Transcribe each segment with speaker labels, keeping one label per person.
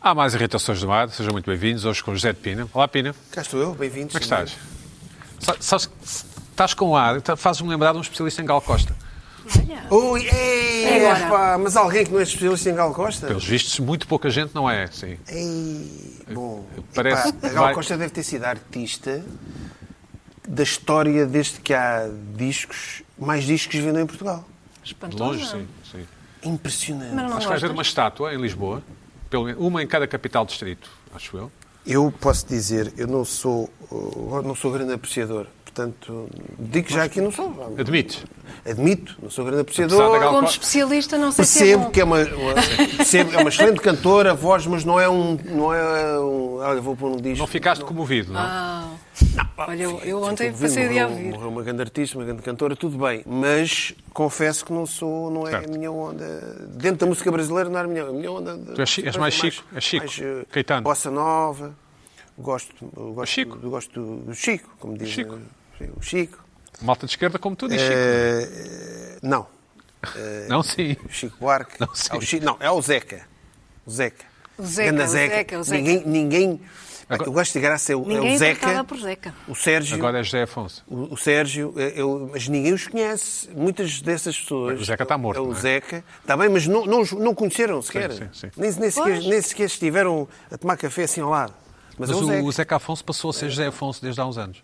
Speaker 1: Há mais irritações do mar, sejam muito bem-vindos. Hoje com José de Pina. Olá, Pina.
Speaker 2: Cá estou eu, bem-vindos.
Speaker 1: Como é que estás? Sa- Sabes, estás com ar, tá- fazes-me lembrar de um especialista em Gal Costa.
Speaker 2: Ui, ei,
Speaker 3: É agora.
Speaker 2: epá, mas alguém que não é especialista em Gal Costa?
Speaker 1: Pelos vistos, muito pouca gente não é, sim.
Speaker 2: Ei, bom,
Speaker 1: Parece
Speaker 2: epá, a
Speaker 1: que
Speaker 2: Gal
Speaker 1: vai-
Speaker 2: Costa deve ter sido a artista da história desde que há discos, mais discos vendem em Portugal.
Speaker 1: De
Speaker 3: Espantosa.
Speaker 1: longe, sim. sim.
Speaker 2: Impressionante.
Speaker 3: Mas não
Speaker 1: Acho que vai haver
Speaker 3: gostas?
Speaker 1: uma estátua em Lisboa, pelo menos uma em cada capital distrito, acho eu.
Speaker 2: Eu posso dizer, eu não sou, uh, não sou grande apreciador, portanto, digo já que não sou.
Speaker 1: Admites?
Speaker 2: Admito, não sou grande
Speaker 1: Apesar da Gal
Speaker 2: apreciador.
Speaker 3: Como
Speaker 1: Costa.
Speaker 3: especialista, não sei se é
Speaker 2: Percebo
Speaker 3: bom.
Speaker 2: que é uma, uma- percebo, é uma excelente cantora, voz, mas não é um. Não é um olha, vou pôr um disco.
Speaker 1: Não ficaste comovido, não?
Speaker 3: Ah, olha, eu, eu ontem
Speaker 2: Sim,
Speaker 3: passei o dia a
Speaker 2: morreu-
Speaker 3: ouvir.
Speaker 2: Morreu uma grande artista, uma grande cantora, tudo bem. Mas confesso que não sou, não é
Speaker 1: Certo.
Speaker 2: a minha onda. Dentro da música brasileira não é a minha, a minha onda. de-
Speaker 1: Tu és chi- és mais Chico, és Chico,
Speaker 2: eh,
Speaker 1: Caetano.
Speaker 2: Bossa nova. Gosto, eu gosto,
Speaker 1: Chico.
Speaker 2: eu gosto do, do Chico, como diz
Speaker 1: Chico.
Speaker 2: eh, o Chico.
Speaker 1: Malta de esquerda, como tu dizes,
Speaker 2: Eh, não.
Speaker 1: Chico. Não, sim.
Speaker 2: O Chico Buarque.
Speaker 1: Não sei.
Speaker 2: É o Chico- não, é o Zeca. O Zeca.
Speaker 3: O Zeca,
Speaker 2: Ganda
Speaker 3: o Zeca, o Zeca.
Speaker 2: Ninguém. ninguém...
Speaker 1: Agora-
Speaker 2: Eu gosto de graça, é o, é
Speaker 3: Ninguém
Speaker 2: o
Speaker 3: é
Speaker 2: Zeca.
Speaker 3: tratado por Zeca.
Speaker 2: O Sérgio.
Speaker 1: Agora é José Afonso.
Speaker 2: O, o Sérgio, eh, eu- mas ninguém os conhece. Muitas dessas pessoas.
Speaker 1: O Zeca está morto,
Speaker 2: É
Speaker 1: não
Speaker 2: o
Speaker 1: é?
Speaker 2: Zeca. Está bem, mas não, não, os- não conheceram sequer.
Speaker 1: sim, sim.
Speaker 2: Nem, nem sequer,
Speaker 3: Pois.
Speaker 2: nem sequer estiveram a tomar café assim ao lado. Mas,
Speaker 1: Mas
Speaker 2: é o Zeca.
Speaker 1: o Zeca Afonso passou a ser José Afonso desde há uns anos.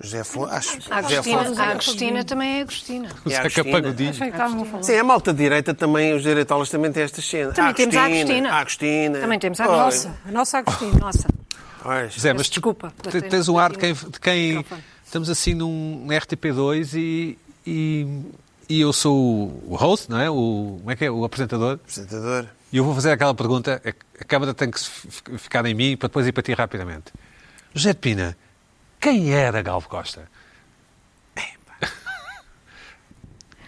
Speaker 2: José Fon- acho,
Speaker 3: A
Speaker 2: José
Speaker 3: Agostina,
Speaker 2: Afonso-
Speaker 3: a Agostina também é Agostina.
Speaker 1: O
Speaker 2: É a
Speaker 1: Zeca
Speaker 2: Agostina.
Speaker 1: Pagodinho.
Speaker 4: Achei que
Speaker 3: tá
Speaker 4: estavam a falar.
Speaker 2: Sim, a malta de direita também, os direitolas também têm esta cena.
Speaker 3: Também temos a Agostina.
Speaker 2: A Agostina.
Speaker 3: Também temos a
Speaker 2: Pois,
Speaker 4: Nossa, a nossa Agostina.
Speaker 3: Nossa,
Speaker 2: pois.
Speaker 1: Zé, mas tu-
Speaker 3: Desculpa,
Speaker 1: tu
Speaker 3: bati-
Speaker 1: tens um ar de
Speaker 3: bati
Speaker 1: quem,
Speaker 3: no
Speaker 1: de quem
Speaker 3: microfone.
Speaker 1: estamos assim num RTP2 e, e, e eu sou o host, não é? O, como é que é? O apresentador.
Speaker 2: Apresentador.
Speaker 1: E eu vou fazer aquela pergunta, a, a câmara tem que se fi- ficar em mim para depois ir para ti rapidamente. José de Pina, quem era Galvo Costa?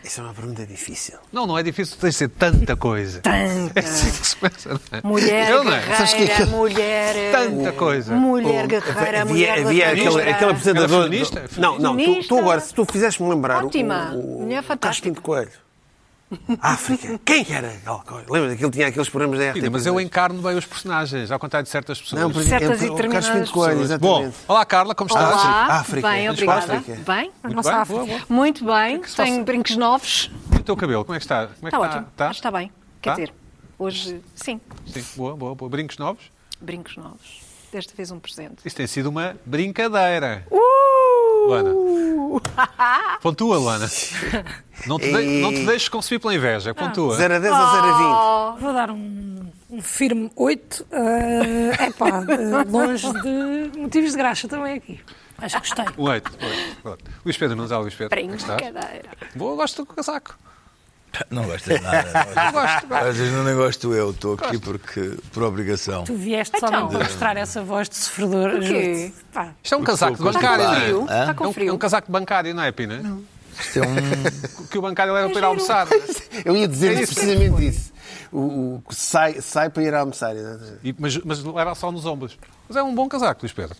Speaker 2: Isso é uma pergunta difícil.
Speaker 1: Não, não é difícil, tem de ser tanta coisa. É
Speaker 3: tanta.
Speaker 1: assim que se pensa, não é?
Speaker 3: Mulher
Speaker 1: Eu não é?
Speaker 3: guerreira, mulher... eh,
Speaker 1: Tanta coisa.
Speaker 3: Mulher guerreira, mulher
Speaker 2: havia havia aquele,
Speaker 3: batalhadora.
Speaker 2: aquele apresentador.
Speaker 1: Ela é Oh, feminista?
Speaker 2: do- Não, não, tu, tu agora, se tu fizeste-me lembrar. o-
Speaker 3: Ótima.
Speaker 2: o- o-
Speaker 3: Mulher
Speaker 2: Carlos
Speaker 3: fantástica.
Speaker 2: Pinto Coelho. África. Quem era? Lembra que ele tinha aqueles programas da RTP?
Speaker 1: Pina, mas eu encarno bem os personagens, ao contrário de certas pessoas.
Speaker 2: Não, por exemplo,
Speaker 3: Certas e
Speaker 2: o Carlos
Speaker 3: determinadas
Speaker 2: Pinto Coelho,
Speaker 3: pessoas.
Speaker 1: Bom,
Speaker 2: exatamente.
Speaker 1: olá Carla, como estás?
Speaker 3: Olá,
Speaker 2: África,
Speaker 3: bem,
Speaker 2: mas
Speaker 3: obrigada.
Speaker 2: África.
Speaker 3: Bem?
Speaker 4: A
Speaker 1: Muito
Speaker 4: nossa
Speaker 1: bem,
Speaker 4: África.
Speaker 1: boa, boa.
Speaker 3: Muito bem,
Speaker 1: se
Speaker 3: tenho
Speaker 1: passa?
Speaker 3: brincos novos.
Speaker 1: E o teu cabelo, como é que está? Como é que
Speaker 3: Está ótimo, acho que está bem. Quer
Speaker 1: Está?
Speaker 3: dizer, hoje, sim,
Speaker 1: Sim, boa, boa, boa. Brincos novos?
Speaker 3: brincos novos. Desta vez um presente.
Speaker 1: Isso tem sido uma brincadeira. Luana. Pontua, Luana. Não te, de...
Speaker 2: E-
Speaker 1: não te deixes consumir pela inveja, pontua.
Speaker 2: 0 a 10 ou 0 a
Speaker 4: Vou dar um, um firme 8. É pá, longe de motivos de graça também aqui. Mas gostei.
Speaker 1: Um oito, oito, pronto. Luís Pedro Nunes, olá Luís Pedro. Como é que estás?
Speaker 3: Brincadeira.
Speaker 1: Boa, gosto do casaco.
Speaker 5: Não gosto de nada. Não
Speaker 1: Gosto,
Speaker 5: gosto.
Speaker 1: gosto.
Speaker 5: Às vezes não gosto eu, estou aqui porque, por obrigação.
Speaker 4: Tu vieste só
Speaker 3: Então.
Speaker 4: mesmo para mostrar essa voz de sofredor.
Speaker 3: quê?
Speaker 4: juro-te. Pá,
Speaker 1: Isto é um casaco de
Speaker 5: com
Speaker 1: bancário, não
Speaker 5: frio.
Speaker 1: é?
Speaker 5: Hã?
Speaker 3: Está
Speaker 1: É
Speaker 3: com
Speaker 1: um, é
Speaker 3: frio.
Speaker 1: um casaco de bancário, não é, Pina?
Speaker 5: Isto é um.
Speaker 1: Que o bancário leva para ir almoçar.
Speaker 3: Oh.
Speaker 2: Eu ia dizer
Speaker 1: É isso.
Speaker 2: precisamente isso. O, o- sai, sai para ir almoçar. exatamente.
Speaker 1: E- mas, mas leva só nos ombros. Mas é um bom casaco, Luís Pedro.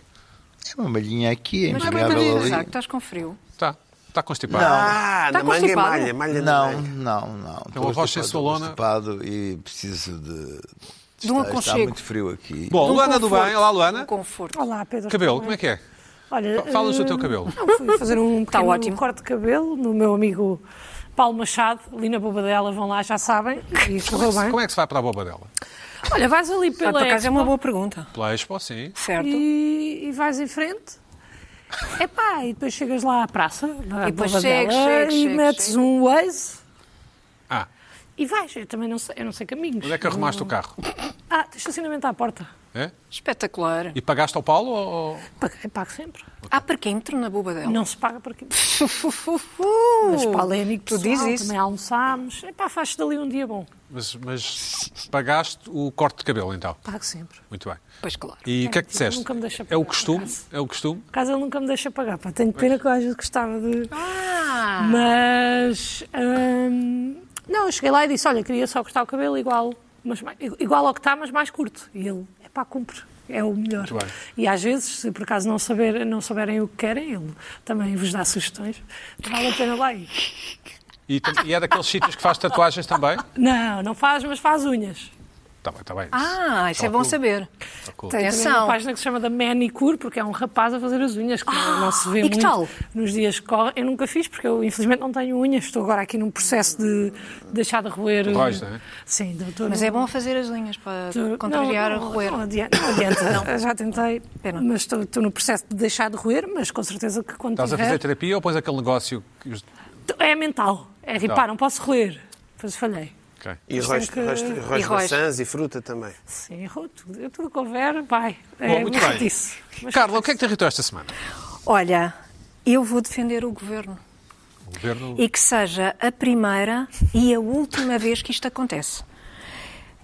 Speaker 5: É uma malhinha aqui, é
Speaker 3: Mas como é que
Speaker 5: impermeável
Speaker 3: tens
Speaker 5: ali.
Speaker 3: casaco? Estás com frio?
Speaker 1: Está, está Tá. constipado.
Speaker 2: Ah, na manga
Speaker 3: Está
Speaker 2: é
Speaker 3: tá constipado?
Speaker 2: malha, malha na
Speaker 5: Não,
Speaker 2: manga.
Speaker 5: não, não.
Speaker 1: É uma voz
Speaker 5: Estou
Speaker 1: sensualona.
Speaker 5: constipado e preciso de.
Speaker 3: De um
Speaker 5: está, está
Speaker 3: aconchego.
Speaker 5: muito frio aqui.
Speaker 1: Bom,
Speaker 3: Um
Speaker 1: Luana do
Speaker 3: conforto.
Speaker 1: Bem. Olá, Luana.
Speaker 3: Um conforto.
Speaker 4: Olá, Pedro.
Speaker 1: Cabelo, como é que é?
Speaker 4: Olha,
Speaker 1: Fa- falas do teu
Speaker 4: eh,
Speaker 1: cabelo.
Speaker 4: Não, fui fazer um
Speaker 3: Tá
Speaker 4: pequeno
Speaker 3: ótimo.
Speaker 4: corte de cabelo no meu amigo Paulo Machado, ali na Bobadela, vão lá, já sabem, e correu bem.
Speaker 1: Como é que se vai para a boba dela?
Speaker 4: Olha, vais ali
Speaker 3: Ah,
Speaker 4: pela
Speaker 3: por acaso é uma
Speaker 4: Expo
Speaker 3: boa pergunta.
Speaker 1: Pela Expo, sim.
Speaker 3: Certo?
Speaker 4: e, e vais em frente. Epá, e depois chegas lá à praça, na
Speaker 3: E depois
Speaker 4: Bobadela,
Speaker 3: chegas, chegas,
Speaker 4: e
Speaker 3: chegas,
Speaker 4: metes
Speaker 3: chegas.
Speaker 4: um Waze
Speaker 1: Ah,
Speaker 4: e vais. Eu também não sei, eu não sei caminhos.
Speaker 1: onde é que arrumaste o carro?
Speaker 4: Ah, tem estacionamento à porta.
Speaker 1: É?
Speaker 3: Espetacular.
Speaker 1: E pagaste ao Paulo ou... ou-
Speaker 4: Paguei, pago sempre.
Speaker 3: Há parquímetro na buba dela.
Speaker 4: Não se paga por aqui. Mas
Speaker 3: Mas
Speaker 4: para além amigo
Speaker 3: Tu
Speaker 4: pessoal,
Speaker 3: dizes isso.
Speaker 4: também almoçámos. Epá, faz-te dali um dia bom.
Speaker 1: Mas, mas pagaste o corte de cabelo, então.
Speaker 4: Pago sempre.
Speaker 1: Muito bem.
Speaker 3: Pois claro.
Speaker 1: E o que é que disseste?
Speaker 4: nunca me deixa
Speaker 1: É o
Speaker 4: pagar,
Speaker 1: costume?
Speaker 4: por acaso.
Speaker 1: É o costume?
Speaker 4: Por acaso ele nunca me deixa pagar. Pá, tenho pena que eu às vezes gostava de.
Speaker 3: Ah,
Speaker 4: Mas. hum, não, eu cheguei lá e disse: Olha, queria só cortar o cabelo igual, mas, mais- igual ao que está, mas mais curto. E ele: É pá, cumpre. É o melhor.
Speaker 1: Muito bem.
Speaker 4: E às vezes, se por acaso não, saber, não souberem o que querem, ele também vos dá sugestões. Vale a pena lá ir.
Speaker 1: E, tam- e é daqueles sítios que faz tatuagens também?
Speaker 4: Não, não faz, mas faz unhas.
Speaker 1: Está bem, está bem.
Speaker 3: Ah, isso é bom
Speaker 1: Calculo,
Speaker 3: saber.
Speaker 1: calculo.
Speaker 4: Tem também um
Speaker 3: Atenção.
Speaker 4: uma página que se chama da Manicure, porque é um rapaz a fazer as unhas, que não se vê
Speaker 3: Ah, e que
Speaker 4: muito
Speaker 3: tal?
Speaker 4: nos dias que correm. Eu nunca fiz, porque eu infelizmente não tenho unhas. Estou agora aqui num processo de deixar de roer.
Speaker 1: Dóis, não é?
Speaker 4: Sim, doutor.
Speaker 3: Mas é bom fazer as linhas para
Speaker 4: Estou-
Speaker 3: contrariar
Speaker 4: não,
Speaker 3: a roer.
Speaker 4: Não adianta, não adianta. já tentei,
Speaker 3: Pena.
Speaker 4: mas estou, estou no processo de deixar de roer, mas com certeza que quando
Speaker 1: Estás a
Speaker 4: tiver...
Speaker 1: fazer terapia ou pões aquele negócio que os-
Speaker 4: É mental. É tipo,
Speaker 1: Tá.
Speaker 4: ah, não posso roer. Depois falhei.
Speaker 1: Ok.
Speaker 2: E
Speaker 4: tem
Speaker 2: rois
Speaker 4: que-
Speaker 2: rois-
Speaker 4: e
Speaker 2: rois de
Speaker 3: rois.
Speaker 2: maçãs e fruta também.
Speaker 4: Sim, errou tudo. Eu Tudo que houver, vai.
Speaker 1: Bom,
Speaker 4: É
Speaker 1: muito
Speaker 4: uma
Speaker 1: bem.
Speaker 4: chatice. Mas-
Speaker 1: Carla, o que é que te irritou esta semana?
Speaker 3: Olha, eu vou defender o governo.
Speaker 1: O governo.
Speaker 3: E que seja a primeira e a última vez que isto acontece.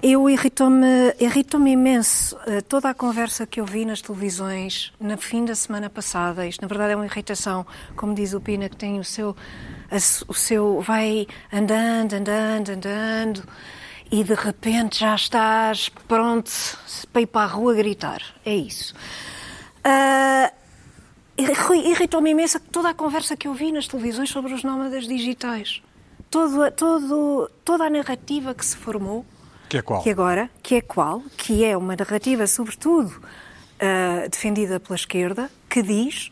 Speaker 3: Eu irritou-me irritou imenso eh, toda a conversa que eu vi nas televisões no fim da semana passada. Isto, na verdade, é uma irritação, como diz o Pina, que tem o seu, a su- o seu vai andando, andando, andando, e de repente já estás pronto para ir para a rua gritar. É isso. Ah, Irri- Irritou-me imenso toda a conversa que eu vi nas televisões sobre os nómadas digitais. Todo, todo, toda a narrativa que se formou.
Speaker 1: Que é qual?
Speaker 3: Que agora, que é qual? Que é uma narrativa, sobretudo, ah, defendida pela esquerda, que diz,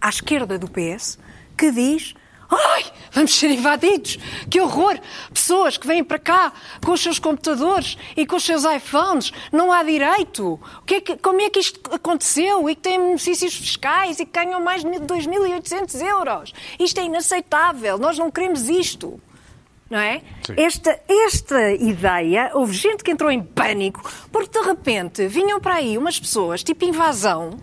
Speaker 3: à esquerda do PS, que diz. Ai, vamos ser invadidos! Que horror! Pessoas que vêm para cá com os seus computadores e com os seus iPhones, não há direito! O que é que- como é que isto aconteceu? E que têm benefícios fiscais e que ganham mais de 2.800 euros? Isto é inaceitável, nós não queremos isto! não é?
Speaker 1: Sim.
Speaker 3: Esta, esta ideia, houve gente que entrou em pânico, porque de repente vinham para aí umas pessoas, tipo invasão,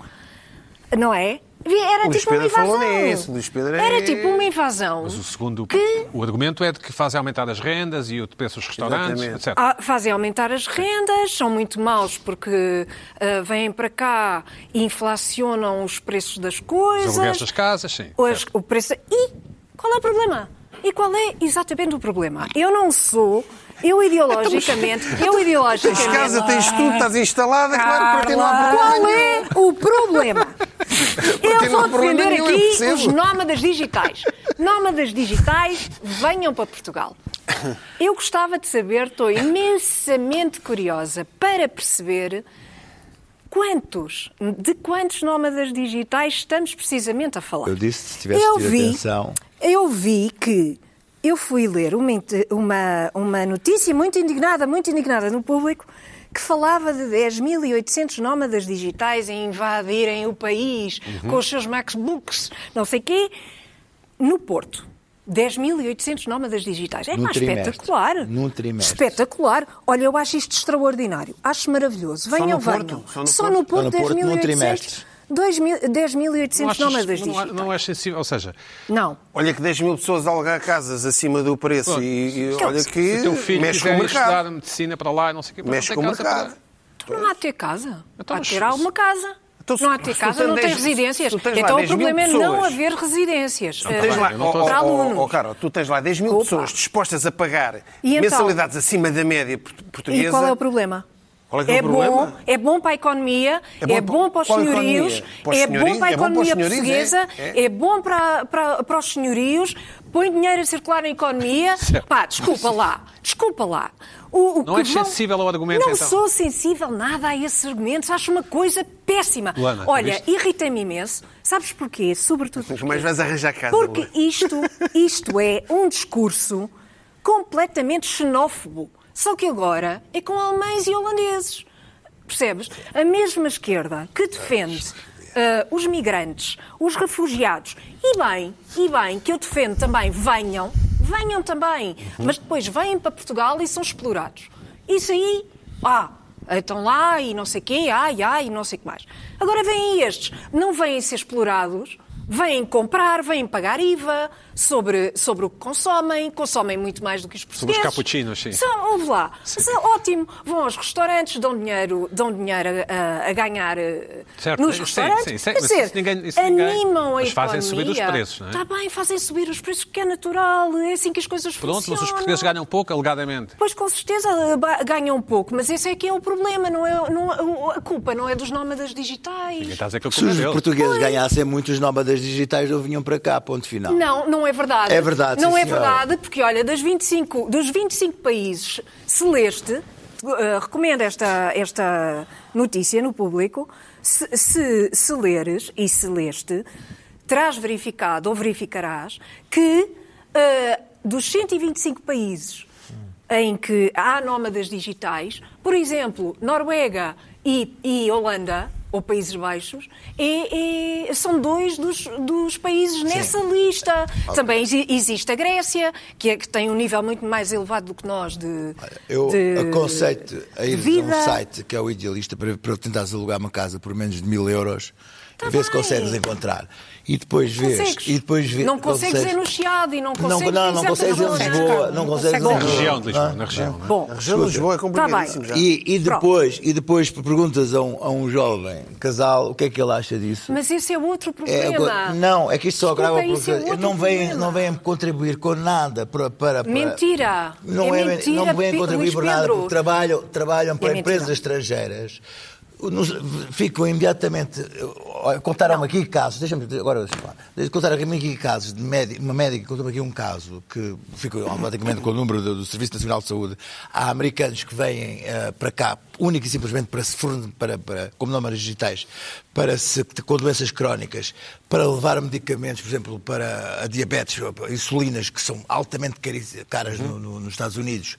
Speaker 3: não é? Vi- Era
Speaker 2: O Luís
Speaker 3: tipo uma
Speaker 2: Pedro falou
Speaker 3: invasão.
Speaker 2: nisso, o Luís Pedro é-
Speaker 3: Era tipo uma invasão.
Speaker 1: Mas o segundo.
Speaker 3: Que
Speaker 1: O argumento é de que fazem aumentar as rendas e o de preço dos restaurantes,
Speaker 2: Exatamente.
Speaker 1: etc.
Speaker 3: Ah, fazem aumentar as rendas, são muito maus porque ah, vêm para cá e inflacionam os preços das coisas.
Speaker 1: Os
Speaker 4: é.
Speaker 1: aluguéis das casas, sim.
Speaker 3: Hoje,
Speaker 1: certo.
Speaker 3: o preço. E qual é o problema? E qual é exatamente o problema? Eu não sou, eu ideologicamente,
Speaker 2: Então,
Speaker 3: eu
Speaker 2: Tens
Speaker 3: ideologicamente.
Speaker 2: casa, tens tudo, estás instalada, claro, para ter lá
Speaker 3: Qual é o problema? Eu
Speaker 2: não há
Speaker 3: vou
Speaker 2: problema
Speaker 3: defender
Speaker 2: nenhum, eu
Speaker 3: aqui
Speaker 2: percebo.
Speaker 3: os nómadas digitais. Nómadas digitais, venham para Portugal. Eu gostava de saber, estou imensamente curiosa para perceber quantos, de quantos nómadas digitais estamos precisamente a falar.
Speaker 5: Eu disse que se tivesse
Speaker 3: Eu
Speaker 5: tido
Speaker 3: vi-
Speaker 5: atenção.
Speaker 3: Eu vi que eu fui ler uma, inte- uma, uma notícia muito indignada, muito indignada no público, que falava de 10.800 nómadas digitais a invadirem o país
Speaker 5: Uhum.
Speaker 3: com os seus MacBooks, não sei quê, no Porto. 10.800 nómadas digitais. É
Speaker 5: Num
Speaker 3: pá,
Speaker 5: trimestre.
Speaker 3: espetacular.
Speaker 5: Num trimestre.
Speaker 3: Espetacular. Olha, eu acho isto extraordinário. Acho maravilhoso.
Speaker 2: no
Speaker 3: Venham,
Speaker 2: Porto?
Speaker 3: venham.
Speaker 2: Só no
Speaker 3: Só
Speaker 2: Porto?
Speaker 3: no
Speaker 5: Só
Speaker 3: Porto,
Speaker 5: no Porto, num
Speaker 3: 10.800
Speaker 5: trimestre.
Speaker 3: 2000
Speaker 1: Não
Speaker 3: 10.800
Speaker 1: achas-
Speaker 3: nómadas
Speaker 1: não,
Speaker 3: digitais.
Speaker 1: não é sensível. Ou seja,
Speaker 3: Não.
Speaker 2: Olha que 10 mil pessoas a alugar casas acima do preço
Speaker 1: Pronto.
Speaker 2: e, e
Speaker 3: Então,
Speaker 2: olha
Speaker 3: se
Speaker 1: se o teu
Speaker 2: que
Speaker 1: filho
Speaker 2: Eh, mexe com o
Speaker 1: quiser ir estudar
Speaker 2: mercado.
Speaker 1: medicina para lá, não sei o quê,
Speaker 2: Mexe com
Speaker 1: pronto,
Speaker 2: o
Speaker 1: não tem casa
Speaker 2: mercado.
Speaker 1: para-
Speaker 3: Tu não há de ter casa.
Speaker 1: Então,
Speaker 3: há de
Speaker 1: mas-
Speaker 3: ter alguma casa.
Speaker 2: Então, se-
Speaker 3: não há de ter
Speaker 2: se
Speaker 3: casa,
Speaker 2: tu
Speaker 3: não
Speaker 2: tens-
Speaker 3: tens residências.
Speaker 2: se tu tens lá
Speaker 3: então o
Speaker 2: 10 mil
Speaker 3: problema é não
Speaker 2: pessoas. Então
Speaker 3: haver residências eh,
Speaker 2: Tens lá,
Speaker 1: Eu
Speaker 5: Então,
Speaker 1: não
Speaker 2: ó,
Speaker 1: estou-
Speaker 3: para
Speaker 2: ó,
Speaker 3: alunos.
Speaker 2: ó, ó, Carol, tu tens lá 10 mil
Speaker 3: Opa.
Speaker 2: pessoas dispostas a pagar
Speaker 3: E então?
Speaker 2: mensalidades acima da média port- portuguesa.
Speaker 3: e qual é o problema?
Speaker 2: Qual é que é o
Speaker 3: bom,
Speaker 2: problema?
Speaker 3: é bom para a economia,
Speaker 2: É
Speaker 3: é
Speaker 2: bom
Speaker 3: bom,
Speaker 2: para-
Speaker 3: para os
Speaker 2: qual economia?
Speaker 3: senhorios,
Speaker 2: Para os
Speaker 3: é bom
Speaker 2: senhorios?
Speaker 3: para a
Speaker 2: É bom para os
Speaker 3: economia
Speaker 2: senhorios,
Speaker 3: portuguesa,
Speaker 2: é? É?
Speaker 3: é, bom para, para, para os senhorios, põe dinheiro a circular na economia.
Speaker 1: Certo.
Speaker 3: Pá, desculpa lá, desculpa lá. O, o
Speaker 1: Não
Speaker 2: é
Speaker 3: que
Speaker 1: és sensível ao argumento,
Speaker 3: Não
Speaker 1: então?
Speaker 3: sou sensível nada a esses argumentos, acho uma coisa péssima.
Speaker 1: Luana, tu
Speaker 3: Olha,
Speaker 1: viste?
Speaker 3: irrita-me imenso, sabes porquê? Sobretudo
Speaker 2: Mas mais vais arranjar casa.
Speaker 3: porque
Speaker 2: Lula.
Speaker 3: isto, isto é um discurso completamente xenófobo. Só que agora é com alemães e holandeses. Percebes? A mesma esquerda que defende ah, os migrantes, os refugiados, e bem, e bem, que eu defendo também, venham, venham também, mas depois vêm para Portugal e são explorados. Isso aí, ah, estão lá e não sei quê, ai, ai, e não sei o que mais. Agora vêm estes, não vêm ser explorados, vêm comprar, vêm pagar IVA sobre, sobre o que consomem, consomem muito mais do que os
Speaker 1: os
Speaker 3: portugueses.
Speaker 1: cappuccinos, sim.
Speaker 3: São, ouve lá, são ótimo, vão aos restaurantes, dão dinheiro, dão dinheiro a, a ganhar eh,
Speaker 1: Certo,
Speaker 3: nos
Speaker 1: sim,
Speaker 3: restaurantes.
Speaker 1: sim, sim,
Speaker 3: Quer
Speaker 1: mas isso
Speaker 3: dizer,
Speaker 1: ninguém- isso ninguém-
Speaker 3: animam a
Speaker 1: mas
Speaker 3: economia.
Speaker 1: fazem subir os preços, não é?
Speaker 3: Está bem, fazem subir os preços, porque é natural, é assim que as coisas
Speaker 1: Pronto,
Speaker 3: funcionam.
Speaker 1: mas os portugueses ganham pouco, alegadamente.
Speaker 3: Pois, com certeza ba- ganham pouco, mas esse é que é o problema, não é, não, é- a culpa não é dos nómadas
Speaker 1: Ninguém
Speaker 3: digitais.
Speaker 1: está a é dizer que eu
Speaker 5: Se os
Speaker 1: dele.
Speaker 5: portugueses ganhassem muito, os nómadas digitais não vinham para cá, ponto final.
Speaker 3: Não, não é verdade.
Speaker 5: É verdade,
Speaker 3: Não
Speaker 5: sim,
Speaker 3: é
Speaker 5: senhora.
Speaker 3: verdade, porque olha, das 25, dos 25 países, Celeste eh, recomendo esta, esta notícia no público. Se, se, se leres e se leste, terás verificado ou verificarás que eh, dos 125 países em que há nómadas digitais, por exemplo, Noruega e, e Holanda, ou Países Baixos, e- e são dois dos, dos países nessa lista.
Speaker 5: Ah,
Speaker 3: Também exi- existe a Grécia, que, é, que tem um nível muito mais elevado do que nós de.
Speaker 5: Eu
Speaker 3: de
Speaker 5: aconselho-te a ir
Speaker 3: vida.
Speaker 5: a um site que é o Idealista para, para tentares alugar uma casa por menos de mil euros
Speaker 3: Tá
Speaker 5: e ver se
Speaker 3: bem.
Speaker 5: consegues encontrar. E depois vês.
Speaker 3: Consegues.
Speaker 5: E depois vês
Speaker 3: Não consegues ir no Chiado e não
Speaker 5: Não,
Speaker 3: consegues
Speaker 5: não,
Speaker 3: em
Speaker 5: não
Speaker 3: certas
Speaker 5: consegues em
Speaker 3: zonas.
Speaker 5: Lisboa. Não consegues em
Speaker 1: Na
Speaker 5: Lisboa.
Speaker 1: região de Lisboa,
Speaker 5: Não,
Speaker 1: na região. não é?
Speaker 3: Bom,
Speaker 2: A região de Lisboa é complicadíssimo
Speaker 3: Tá
Speaker 2: já.
Speaker 5: E, e
Speaker 3: Pronto.
Speaker 5: depois, e depois perguntas a um, a um jovem casal o que é que ele acha disso.
Speaker 3: Mas esse é outro
Speaker 5: É,
Speaker 3: problema.
Speaker 5: agora- não, é que isto só
Speaker 3: Desculpa,
Speaker 5: agrava
Speaker 3: isso é
Speaker 5: porque
Speaker 3: outro
Speaker 5: não vêm
Speaker 3: problema.
Speaker 5: não vêm contribuir com nada para. para, para-
Speaker 3: Mentira.
Speaker 5: Não,
Speaker 3: É
Speaker 5: é,
Speaker 3: mentira,
Speaker 5: não vêm
Speaker 3: Pe-
Speaker 5: contribuir
Speaker 3: Luís
Speaker 5: por nada
Speaker 3: Pedro.
Speaker 5: porque trabalham, trabalham para
Speaker 3: mentira.
Speaker 5: empresas estrangeiras. Nos- ficam imediatamente. olha, Contaram-me aqui casos, deixa-me agora deixa-me falar. Deixa- Contaram-me aqui casos de médi- uma médica contou-me aqui um caso que ficou automaticamente com o número do, do Serviço Nacional de Saúde. Há americanos que vêm eh, para cá única e simplesmente para se forne- para, para, como nómadas digitais, para se com doenças crónicas, para levar medicamentos, por exemplo, para a diabetes, insulinas que são altamente cari- caras no- no- nos Estados Unidos,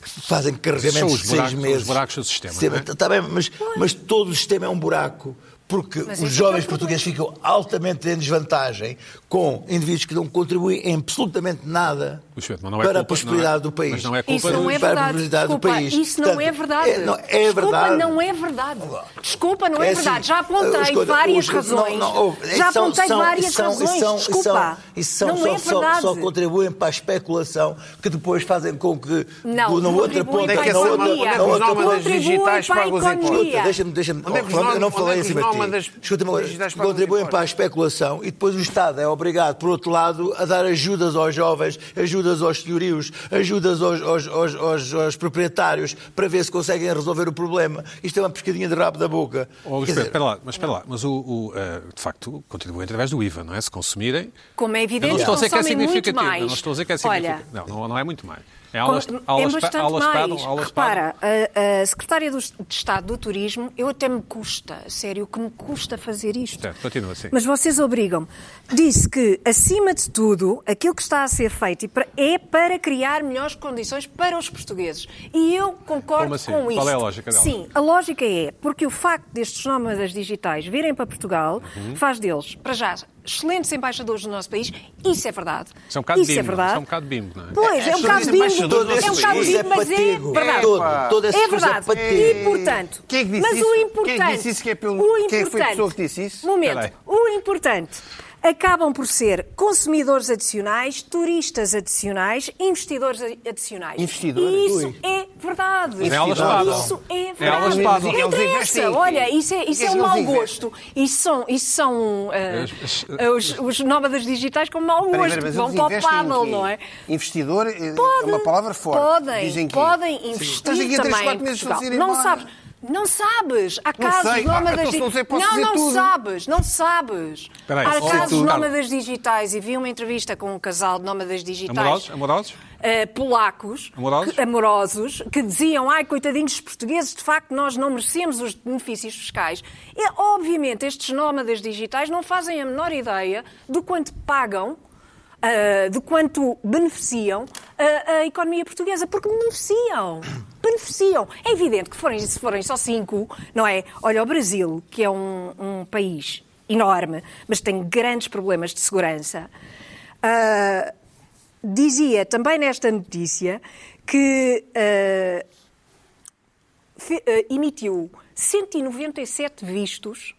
Speaker 5: que fazem
Speaker 1: São
Speaker 5: carregamentos
Speaker 1: os
Speaker 5: de
Speaker 1: buracos-
Speaker 5: seis
Speaker 1: os
Speaker 5: meses.
Speaker 1: buracos do sistema,
Speaker 5: Sim,
Speaker 1: não é?
Speaker 5: Está bem, mas, mas todo o sistema é um buraco. Porque
Speaker 3: Mas esse é
Speaker 5: os
Speaker 3: que
Speaker 5: jovens
Speaker 3: é o
Speaker 5: portugueses ficam altamente em desvantagem com indivíduos que não contribuem em absolutamente nada
Speaker 1: Luís Pedro, mas não é
Speaker 5: para a
Speaker 1: culpa-
Speaker 5: prosperidade
Speaker 1: não é-
Speaker 5: do país.
Speaker 1: mas não é culpa
Speaker 3: Isso não
Speaker 1: do-
Speaker 3: é
Speaker 5: Para a
Speaker 3: verdade.
Speaker 5: prosperidade do
Speaker 3: Desculpa,
Speaker 5: país.
Speaker 3: isso não
Speaker 5: Portanto,
Speaker 3: é verdade.
Speaker 5: É, não, é
Speaker 3: Desculpa,
Speaker 5: verdade.
Speaker 3: não é verdade. Desculpa, não é,
Speaker 5: assim,
Speaker 3: verdade. Já apontei
Speaker 5: os contra-
Speaker 3: várias
Speaker 5: os-
Speaker 3: razões.
Speaker 5: não, não, oh,
Speaker 3: Já
Speaker 5: são-
Speaker 3: apontei
Speaker 5: são-
Speaker 3: várias
Speaker 5: são-
Speaker 3: razões.
Speaker 5: são-
Speaker 3: Desculpa.
Speaker 5: E são,
Speaker 3: não
Speaker 5: só,
Speaker 3: é
Speaker 5: só-
Speaker 3: verdade.
Speaker 5: só contribuem para a especulação que depois fazem com que
Speaker 3: Não,
Speaker 5: na outra
Speaker 3: contribuem
Speaker 5: ponta,
Speaker 3: para a
Speaker 5: na outra,
Speaker 3: economia.
Speaker 5: na
Speaker 3: Onde é que os
Speaker 5: outra
Speaker 3: nómadas
Speaker 5: ponta,
Speaker 3: Contribuem para a economia.
Speaker 5: Escuta, deixa-me, deixa-me.
Speaker 2: Onde é que os
Speaker 5: oh, eu não
Speaker 2: nómadas- onde
Speaker 5: falei
Speaker 2: é que
Speaker 5: assim
Speaker 2: os
Speaker 5: para
Speaker 2: nómadas
Speaker 5: ti. Escuta-me agora,
Speaker 2: digitais pagam os
Speaker 5: Contribuem
Speaker 2: impostos?
Speaker 5: para a especulação e depois o Estado é obrigado, por outro lado, a dar ajudas aos jovens, ajudas aos senhorios, ajudas aos, aos- aos- aos- aos proprietários para ver se conseguem resolver o problema. Isto é uma pescadinha de rabo da boca.
Speaker 1: Ó, Oh, Luís
Speaker 5: Quer
Speaker 1: Pedro,
Speaker 5: dizer,
Speaker 1: espera lá, mas espera lá, mas o, o, eh, de facto contribuem através do IVA, não é? Se consumirem.
Speaker 3: Como é
Speaker 1: eu
Speaker 3: evidente,
Speaker 1: não estou a dizer que é
Speaker 3: consomem muito
Speaker 1: significativo. eu
Speaker 3: mais.
Speaker 1: não estou a dizer que é
Speaker 3: Olha,
Speaker 1: significativo. não, não, não é muito mais. É aulas,
Speaker 3: Com-
Speaker 1: aulas,
Speaker 3: é
Speaker 1: pa-
Speaker 3: bastante
Speaker 1: aulas
Speaker 3: mais.
Speaker 1: paddle, aulas
Speaker 3: Repara, a, a secretária do, S- de Estado do Turismo, eu até me custa, sério, que me custa fazer isto.
Speaker 1: Certo, continua, sim.
Speaker 3: Mas vocês obrigam-me. Disse que, acima de tudo, aquilo que está a ser feito e para- é para criar melhores condições para os portugueses. E eu concordo
Speaker 1: Como assim?
Speaker 3: com isso.
Speaker 1: Qual é a lógica dela?
Speaker 3: Sim, a lógica é porque o facto destes nómadas digitais virem para Portugal
Speaker 1: Uhum.
Speaker 3: faz deles, para já, excelentes embaixadores do nosso país. Isso é verdade.
Speaker 1: Isso é um bocado
Speaker 3: Isso é
Speaker 1: bimbo,
Speaker 3: verdade.
Speaker 1: isso é um bocado bimbo, não é?
Speaker 3: Pois, é um bocado bimbo.
Speaker 5: todo esse
Speaker 3: É um bocado
Speaker 5: discurso
Speaker 3: bimbo, mas é
Speaker 5: patético.
Speaker 3: verdade.
Speaker 5: Todo, todo esse
Speaker 3: É
Speaker 5: discurso
Speaker 3: verdade.
Speaker 5: patético.
Speaker 3: E portanto.
Speaker 2: Quem é que disse
Speaker 3: mas
Speaker 2: isso?
Speaker 3: o
Speaker 2: Quem é que
Speaker 3: importante.
Speaker 2: disse isso? Quem é pelo-
Speaker 3: o
Speaker 2: quem é que foi a
Speaker 3: importante-
Speaker 2: pessoa que disse isso?
Speaker 1: Peraí.
Speaker 3: Momento. O importante. Acabam por ser consumidores adicionais, turistas adicionais, investidores a- adicionais.
Speaker 2: Investidores?
Speaker 3: E isso
Speaker 2: Ui.
Speaker 3: é verdade.
Speaker 1: É aulas de paddle.
Speaker 3: Isso é
Speaker 1: É aulas de paddle.
Speaker 3: verdade. Não
Speaker 2: Eles investem
Speaker 3: interessa.
Speaker 2: aqui.
Speaker 3: Olha, isso é, isso é
Speaker 2: Eles
Speaker 3: um
Speaker 2: não
Speaker 3: mau
Speaker 2: investem.
Speaker 3: gosto. Isso são, isso são ah,
Speaker 1: As-
Speaker 3: os, os nómadas digitais com mau
Speaker 2: Espera aí,
Speaker 3: gosto.
Speaker 2: espera aí, mas
Speaker 3: que Vão
Speaker 2: eles
Speaker 3: para o
Speaker 2: investem em
Speaker 3: paddle,
Speaker 2: quê?
Speaker 3: não é?
Speaker 2: Investidor é
Speaker 3: Pode,
Speaker 2: é uma palavra forte.
Speaker 3: Podem,
Speaker 2: Dizem que
Speaker 3: podem investir
Speaker 2: Estás aqui há três,
Speaker 3: também
Speaker 2: quatro
Speaker 3: em
Speaker 2: meses
Speaker 3: Portugal.
Speaker 2: sem sair
Speaker 3: Não
Speaker 2: embora.
Speaker 3: sabes. Não sabes. Há casos
Speaker 2: sei.
Speaker 3: nómadas
Speaker 2: Ah, então se não sei, posso
Speaker 3: Não,
Speaker 2: dizer
Speaker 3: não
Speaker 2: tudo.
Speaker 3: sabes. Não sabes.
Speaker 1: Espera aí,
Speaker 3: Há
Speaker 1: só-
Speaker 3: casos
Speaker 1: tudo.
Speaker 3: nómadas digitais. E vi uma entrevista com um casal de nómadas digitais.
Speaker 1: Amorosos? Amorosos?
Speaker 3: eh, polacos
Speaker 1: Amorosos?
Speaker 3: que, amorosos que diziam ai coitadinhos dos portugueses de facto nós não merecemos os benefícios fiscais e obviamente estes nómadas digitais não fazem a menor ideia do quanto pagam ah, de quanto beneficiam eh, a, a economia portuguesa, porque beneficiam. Beneficiam. É evidente que forem, se forem só cinco, não é? Olha, o Brasil, que é um, um país enorme, mas tem grandes problemas de segurança, ah, dizia também nesta notícia que ah, fe- ah, emitiu 197 vistos,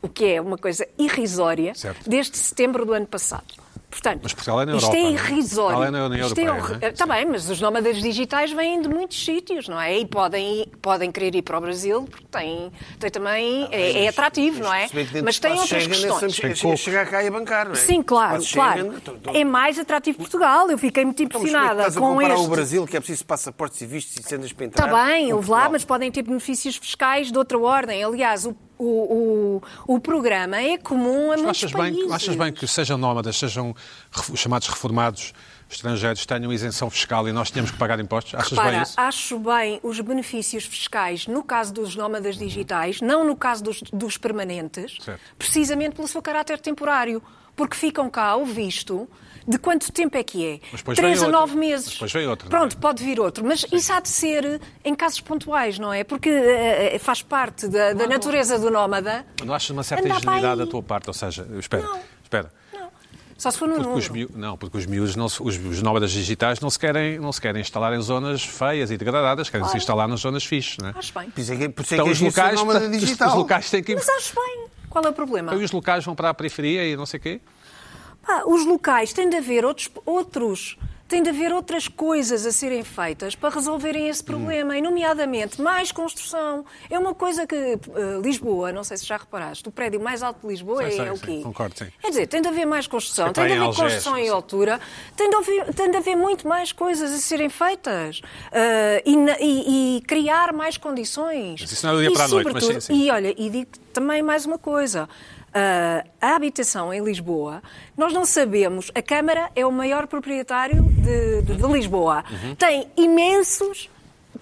Speaker 3: o que é uma coisa irrisória,
Speaker 1: Certo.
Speaker 3: desde setembro do ano passado. Portanto,
Speaker 1: Mas Portugal é na
Speaker 3: isto é
Speaker 1: Europa, não é?
Speaker 3: irrisório.
Speaker 1: Portugal é na União
Speaker 3: Isto é
Speaker 1: Europeia,
Speaker 3: horri-
Speaker 1: não é?
Speaker 3: Tá bem, mas os nómadas digitais vêm de muitos sítios, não é? E podem, podem querer ir para o Brasil, porque tem, tem também. é, é atrativo, não é?
Speaker 2: Se bem que dentro
Speaker 3: Mas
Speaker 2: do
Speaker 3: tem
Speaker 2: espaço
Speaker 3: outras
Speaker 2: Schengen,
Speaker 3: questões.
Speaker 2: esse- esse-
Speaker 1: pouco.
Speaker 2: Chegar cá e bancar, não é?
Speaker 3: Sim, claro,
Speaker 2: Espaço
Speaker 3: claro.
Speaker 2: Schengen, então, então,
Speaker 3: É mais atrativo Portugal. Eu fiquei muito
Speaker 2: então, mas como é que
Speaker 3: impressionada
Speaker 2: Estás a
Speaker 3: com
Speaker 2: comparar o
Speaker 3: este.
Speaker 2: Brasil, que é preciso passaportes e vistos e cenas para entrar.
Speaker 3: Está bem,
Speaker 2: com
Speaker 3: houve lá,
Speaker 2: Portugal?
Speaker 3: mas podem ter benefícios fiscais de outra ordem. Aliás, o o, o, o programa é comum a
Speaker 1: Mas
Speaker 3: muitos
Speaker 1: achas bem,
Speaker 3: países.
Speaker 1: achas bem que sejam nómadas, sejam ref- chamados reformados estrangeiros, tenham isenção fiscal e nós tínhamos que pagar impostos? Achas bem
Speaker 3: Repara,
Speaker 1: isso?
Speaker 3: acho bem os benefícios fiscais no caso dos nómadas digitais, não no caso dos, dos permanentes,
Speaker 1: Certo.
Speaker 3: precisamente pelo seu caráter temporário, porque ficam cá o visto de quanto tempo é que é?
Speaker 1: Mas depois
Speaker 3: Três
Speaker 1: vem
Speaker 3: a
Speaker 1: outro.
Speaker 3: nove meses.
Speaker 1: Mas depois vem outro, não é?
Speaker 3: Pronto, pode vir outro, mas isso há de ser em casos pontuais, não é? Porque eh, eh, faz parte da, da natureza do nómada.
Speaker 1: Não achas uma certa
Speaker 3: Anda para
Speaker 1: ingenuidade
Speaker 3: aí.
Speaker 1: da tua parte? Ou seja, espera,
Speaker 3: Não.
Speaker 1: espera.
Speaker 3: Só se for no
Speaker 1: Porque os
Speaker 3: número.
Speaker 1: miú- não, porque os miúdos, não se- os, os nómadas digitais não se, querem, não se querem instalar em zonas feias e degradadas, querem se instalar nas zonas fixes. Não é?
Speaker 3: Acho bem.
Speaker 2: Por isso é que, por isso é
Speaker 1: Então
Speaker 2: que
Speaker 1: os
Speaker 2: eu sou
Speaker 1: locais,
Speaker 2: nómada
Speaker 1: portanto, os-
Speaker 2: digital.
Speaker 1: os locais têm que ir-
Speaker 3: Mas acho bem. Qual é o problema?
Speaker 1: Então, e os locais vão para a periferia e não sei o quê?
Speaker 3: Pá, os locais têm de haver outros, outros, têm de haver outras coisas a serem feitas para resolverem esse problema, e nomeadamente mais construção. É uma coisa que eh, Lisboa, não sei se já reparaste, o prédio mais alto de Lisboa
Speaker 1: Sei,
Speaker 3: é
Speaker 1: sei,
Speaker 3: o
Speaker 1: sim,
Speaker 3: quê?
Speaker 1: concordo, sim.
Speaker 3: É dizer, tem de haver mais construção,
Speaker 1: Epá,
Speaker 3: tem de
Speaker 1: em
Speaker 3: haver
Speaker 1: Algés,
Speaker 3: construção em
Speaker 1: sim.
Speaker 3: altura, tem de, haver, tem de haver muito mais coisas a serem feitas eh, e, na- e- e criar mais condições.
Speaker 1: Mas isso não é do dia
Speaker 3: e,
Speaker 1: para a noite, mas sim,
Speaker 3: sobretudo,
Speaker 1: sim.
Speaker 3: e olha, e digo também mais uma coisa. Ah, a habitação em Lisboa, nós não sabemos, a Câmara é o maior proprietário de, de- de Lisboa.
Speaker 4: Uhum.
Speaker 3: Tem imensos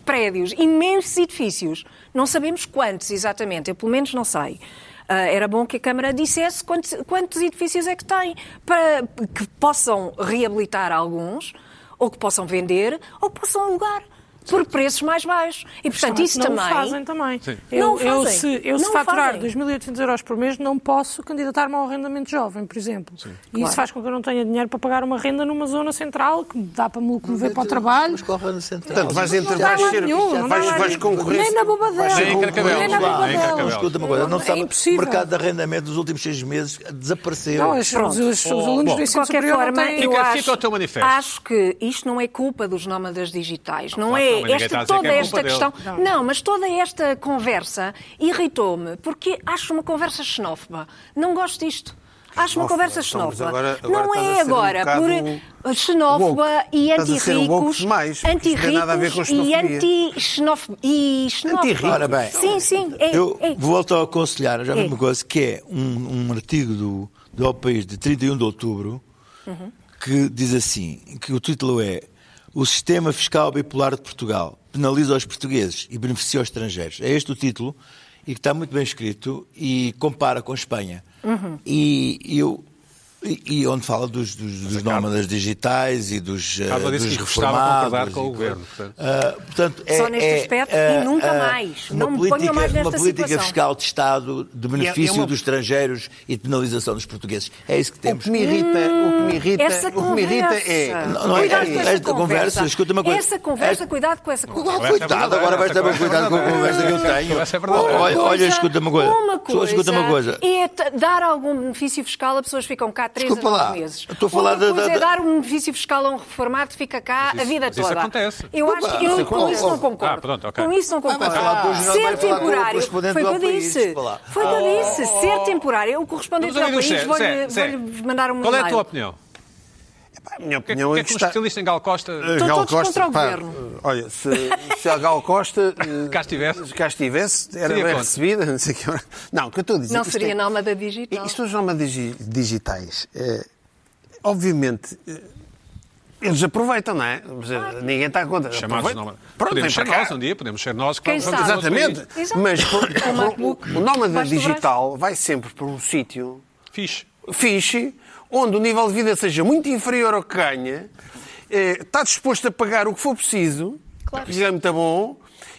Speaker 3: prédios, imensos edifícios. Não sabemos quantos exatamente, eu pelo menos não sei. Ah, era bom que a Câmara dissesse quantos, quantos edifícios é que tem, para que possam reabilitar alguns, ou que possam vender, ou que possam alugar, por preços mais baixos. E, portanto,
Speaker 4: Mas
Speaker 3: isso
Speaker 4: não o
Speaker 3: também...
Speaker 4: fazem também.
Speaker 1: Sim.
Speaker 4: Eu,
Speaker 3: Não o
Speaker 4: eu
Speaker 3: fazem.
Speaker 4: se, eu, se
Speaker 3: Não o
Speaker 4: faturar
Speaker 3: fazem.
Speaker 4: 2.800 euros por mês, não posso candidatar-me ao arrendamento jovem, por exemplo. E isso faz com que eu não tenha dinheiro para pagar uma renda numa zona central, que me dá para me locomover É para o trabalho.
Speaker 5: Mas corre na central.
Speaker 2: Portanto, vais entre
Speaker 4: Não dá
Speaker 2: é vais
Speaker 4: lá
Speaker 2: ser,
Speaker 4: nenhum, não dá
Speaker 2: vais,
Speaker 4: lá
Speaker 2: vais
Speaker 4: nenhum.
Speaker 2: concorrer.
Speaker 4: Nem na Bobadela.
Speaker 1: Vai ser em Carcavelos,
Speaker 4: Nem na
Speaker 1: vá, em
Speaker 4: Bobadela.
Speaker 1: Carcavelos.
Speaker 5: Escuta uma coisa, não
Speaker 4: É
Speaker 5: sabe, o
Speaker 4: impossível.
Speaker 5: mercado de arrendamento dos últimos seis meses desapareceu.
Speaker 4: Não, é os, os, os alunos
Speaker 1: Bom,
Speaker 4: do
Speaker 3: De
Speaker 4: ensino
Speaker 3: qualquer
Speaker 4: superior não
Speaker 3: forma,
Speaker 4: têm...
Speaker 1: Fica-
Speaker 3: eu acho,
Speaker 1: fica o teu manifesto.
Speaker 3: acho que isto não é culpa dos nómadas digitais. Não
Speaker 1: claro que não,
Speaker 3: é
Speaker 1: ninguém está a
Speaker 3: esta,
Speaker 1: dizer que
Speaker 3: toda
Speaker 1: é
Speaker 3: esta
Speaker 1: culpa
Speaker 3: questão.
Speaker 1: deles.
Speaker 3: Não. mas toda esta conversa irritou-me porque acho uma conversa xenófoba. Não gosto disto. Acho uma
Speaker 2: Xenófoba.
Speaker 3: conversa
Speaker 2: Estamos
Speaker 3: xenófoba.
Speaker 2: agora- agora
Speaker 3: não
Speaker 2: estás a
Speaker 3: é
Speaker 2: ser um
Speaker 3: agora
Speaker 2: bocado
Speaker 3: por xenófoba
Speaker 2: woke.
Speaker 3: e
Speaker 2: Estás a ser woke
Speaker 3: anti-ricos,
Speaker 2: demais, porque isso não tem nada a ver
Speaker 3: anti-ricos
Speaker 2: com
Speaker 3: e
Speaker 2: xenofobia.
Speaker 3: anti-xenófobos. E xenófobos.
Speaker 2: Anti-ricos.
Speaker 5: Ora bem.
Speaker 3: Sim, sim. É,
Speaker 5: Eu
Speaker 3: é.
Speaker 5: volto a aconselhar já
Speaker 3: É.
Speaker 5: uma coisa, que é um, um artigo do, do Ao País de 31 de outubro que diz assim, que o título é O Sistema Fiscal Bipolar de Portugal penaliza os portugueses e beneficia os estrangeiros. É este o título e que está muito bem escrito e compara com a Espanha. E eu... E, e onde fala dos, dos, dos nómadas digitais e dos, eh,
Speaker 2: É,
Speaker 1: Carla disse
Speaker 5: dos
Speaker 1: que gostava de concordar
Speaker 5: reformados
Speaker 1: com o
Speaker 5: e
Speaker 1: governo. portanto.
Speaker 5: ah, portanto, é,
Speaker 3: Só neste
Speaker 5: é,
Speaker 3: aspecto
Speaker 5: ah,
Speaker 3: e nunca
Speaker 5: ah,
Speaker 3: mais.
Speaker 5: Uma
Speaker 3: Não me ponham
Speaker 5: política,
Speaker 3: mais nesta
Speaker 5: uma política
Speaker 3: situação.
Speaker 5: fiscal de Estado de benefício
Speaker 2: uma-
Speaker 5: dos estrangeiros e de penalização dos portugueses. É isso que
Speaker 2: O
Speaker 5: temos.
Speaker 2: que me irrita, o que me irrita,
Speaker 3: Essa
Speaker 2: o que me irrita
Speaker 3: conversa.
Speaker 2: é.
Speaker 5: Não, não é-
Speaker 3: Cuidado
Speaker 5: é-
Speaker 3: com essa
Speaker 5: esta conversa, escuta uma coisa. É-
Speaker 3: Essa conversa,
Speaker 5: Esta-
Speaker 3: cuidado com essa conversa.
Speaker 5: Oh, Coitado, agora vais
Speaker 1: Essa
Speaker 5: ter
Speaker 1: conversa
Speaker 5: cuidado com a
Speaker 1: é verdade.
Speaker 5: conversa que eu tenho.
Speaker 1: Essa é verdade.
Speaker 5: Olha, olha,
Speaker 3: coisa-
Speaker 5: escuta uma coisa.
Speaker 3: Uma
Speaker 5: Só
Speaker 3: coisa
Speaker 5: escuta uma coisa.
Speaker 3: é t- dar algum benefício fiscal a pessoas que ficam cá três
Speaker 5: Desculpa
Speaker 3: a
Speaker 5: lá,
Speaker 3: nove meses.
Speaker 5: eu estou a falar
Speaker 3: Outra
Speaker 5: da-
Speaker 3: coisa
Speaker 5: da-
Speaker 3: é dar um benefício fiscal a um reformado que fica cá
Speaker 1: Mas
Speaker 3: a
Speaker 1: isso-
Speaker 3: vida
Speaker 1: mas
Speaker 3: toda.
Speaker 1: isso acontece.
Speaker 3: Eu acho que eu
Speaker 5: Desculpa,
Speaker 3: com isso
Speaker 5: desculpa.
Speaker 3: não concordo.
Speaker 1: Ah, pronto, ok.
Speaker 3: Com isso não
Speaker 5: vai
Speaker 3: concordo.
Speaker 5: falar com o jornal, vai
Speaker 3: ser
Speaker 5: falar com o
Speaker 3: temporário. Foi
Speaker 5: correspondente
Speaker 3: o que
Speaker 5: do
Speaker 3: eu
Speaker 5: El País,
Speaker 3: disse.
Speaker 5: desculpa lá. Ah.
Speaker 3: Foi o que eu disse. Ser temporário. Eu correspondente
Speaker 1: Mas,
Speaker 3: do El
Speaker 1: amigo
Speaker 3: País
Speaker 1: Zé, Zé,
Speaker 3: vou-lhe
Speaker 1: Zé,
Speaker 3: vou-lhe mandar um
Speaker 1: Qual é a tua
Speaker 3: e-mail.
Speaker 1: opinião?
Speaker 2: Pá, a minha
Speaker 1: O que, é que
Speaker 2: opinião é
Speaker 1: o
Speaker 2: que está.
Speaker 1: especialista em Gal Costa...
Speaker 3: Estão
Speaker 2: Gal
Speaker 3: todos
Speaker 2: Costa,
Speaker 3: contra o
Speaker 2: pá,
Speaker 3: governo.
Speaker 2: eh, Olha, se, se a Gal Costa eh,
Speaker 1: Cá estivesse.
Speaker 2: se cá estivesse, era
Speaker 1: Seria
Speaker 2: bem
Speaker 1: contra.
Speaker 2: recebida. Não, sei o que. não, o que eu estou a dizer.
Speaker 3: Não
Speaker 2: isto
Speaker 3: seria
Speaker 2: é-
Speaker 3: nómada digital.
Speaker 2: Isto os nómadas digi- digitais, eh, obviamente, eh, eles aproveitam, não é? Mas, eh, Ninguém está contra.
Speaker 1: Chamados
Speaker 2: Aproveitam.
Speaker 1: não.
Speaker 2: Pronto, vem
Speaker 1: podemos ser
Speaker 2: para cá.
Speaker 1: nós um dia, podemos ser nós. que
Speaker 3: Quem
Speaker 1: vamos-
Speaker 3: sabe?
Speaker 1: vamos a outro
Speaker 2: Exatamente.
Speaker 1: país.
Speaker 3: Exato.
Speaker 2: Mas por-
Speaker 3: Com o MacBook.
Speaker 2: por- o nómada
Speaker 3: Baixo do
Speaker 2: digital vai sempre para um sítio
Speaker 1: Fixe.
Speaker 2: fixe, onde o nível de vida seja muito inferior ao que ganha, eh, está disposto a pagar o que for preciso,
Speaker 3: Claro.
Speaker 2: isso é muito bom,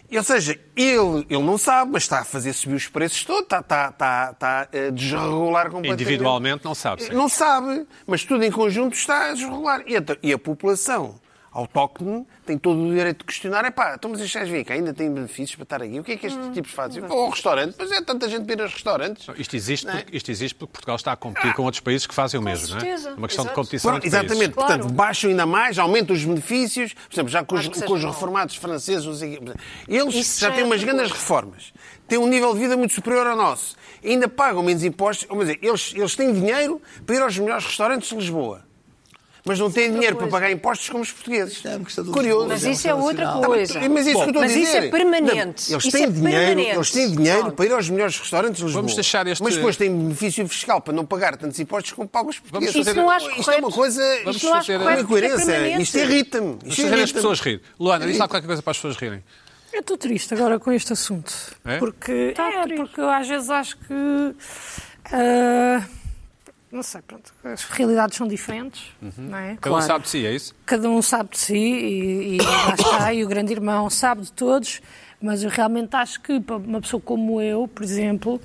Speaker 2: e, ou seja, ele, ele não sabe, mas está a fazer subir os preços todos, está, está, está, está a
Speaker 1: É
Speaker 2: desregular completamente.
Speaker 1: Individualmente não sabe, sim.
Speaker 2: Não sabe, mas tudo em conjunto está a desregular. E, então- e a população autóctone tem todo o direito de questionar. É pá, estamos a deixar vir cá, ainda têm benefícios para estar aqui. O que é que estes tipos fazem? Vão ao restaurante, mas é tanta gente para ir aos restaurantes.
Speaker 1: Não, Isto existe, porque, isto existe porque Portugal está a competir com outros países que fazem o mesmo,
Speaker 3: certeza.
Speaker 1: não é? É Uma questão
Speaker 3: Exato.
Speaker 1: de competição
Speaker 2: Pronto,
Speaker 1: entre países.
Speaker 2: exatamente,
Speaker 3: Claro.
Speaker 2: portanto, baixam ainda mais, aumentam os benefícios, por exemplo, já com os,
Speaker 3: Acho que seja
Speaker 2: com os
Speaker 3: bom.
Speaker 2: reformados franceses, não sei o quê. eles
Speaker 3: Isso
Speaker 2: já
Speaker 3: já
Speaker 2: têm
Speaker 3: é
Speaker 2: umas
Speaker 3: outra
Speaker 2: grandes
Speaker 3: coisa.
Speaker 2: reformas, têm um nível de vida muito superior ao nosso, ainda pagam menos impostos, vamos dizer, eles, eles têm dinheiro para ir aos melhores restaurantes de Lisboa. mas não têm dinheiro para pagar impostos como os portugueses.
Speaker 5: É uma questão de
Speaker 2: Curioso.
Speaker 3: Mas
Speaker 5: É um
Speaker 3: isso é outra
Speaker 5: sinal.
Speaker 3: coisa.
Speaker 2: Ah, Mas isso que eu estou a
Speaker 3: Mas
Speaker 2: dizer.
Speaker 3: isso é permanente.
Speaker 2: Não, eles
Speaker 3: Isso
Speaker 2: têm
Speaker 3: é
Speaker 2: dinheiro,
Speaker 3: permanente.
Speaker 2: eles têm dinheiro
Speaker 3: Pronto.
Speaker 2: para ir aos melhores restaurantes de Lisboa.
Speaker 6: Vamos deixar este-
Speaker 2: Mas depois têm benefício fiscal para não pagar tantos impostos como pagam os portugueses.
Speaker 6: fazer- Isso
Speaker 3: não acho
Speaker 2: Isto é uma
Speaker 3: correto.
Speaker 2: coisa...
Speaker 6: Vamos
Speaker 2: isto não acho
Speaker 6: fazer-
Speaker 2: correto, uma
Speaker 3: porque é
Speaker 2: incoerência.
Speaker 3: permanente.
Speaker 2: isto irrita-me. Isto
Speaker 1: é
Speaker 6: Fazer
Speaker 2: irrita-me.
Speaker 6: as pessoas rirem. Luana, diz lá qualquer coisa para as pessoas rirem.
Speaker 4: Eu estou triste agora com este assunto.
Speaker 6: É?
Speaker 4: Porque,
Speaker 3: Tá
Speaker 4: é,
Speaker 3: triste.
Speaker 4: porque eu às vezes acho que. ah, não sei, pronto. As realidades são diferentes, não é?
Speaker 6: Cada um sabe de si, é isso?
Speaker 4: Cada um sabe de si e, e lá está, e o grande irmão sabe de todos, mas eu realmente acho que para uma pessoa como eu, por exemplo,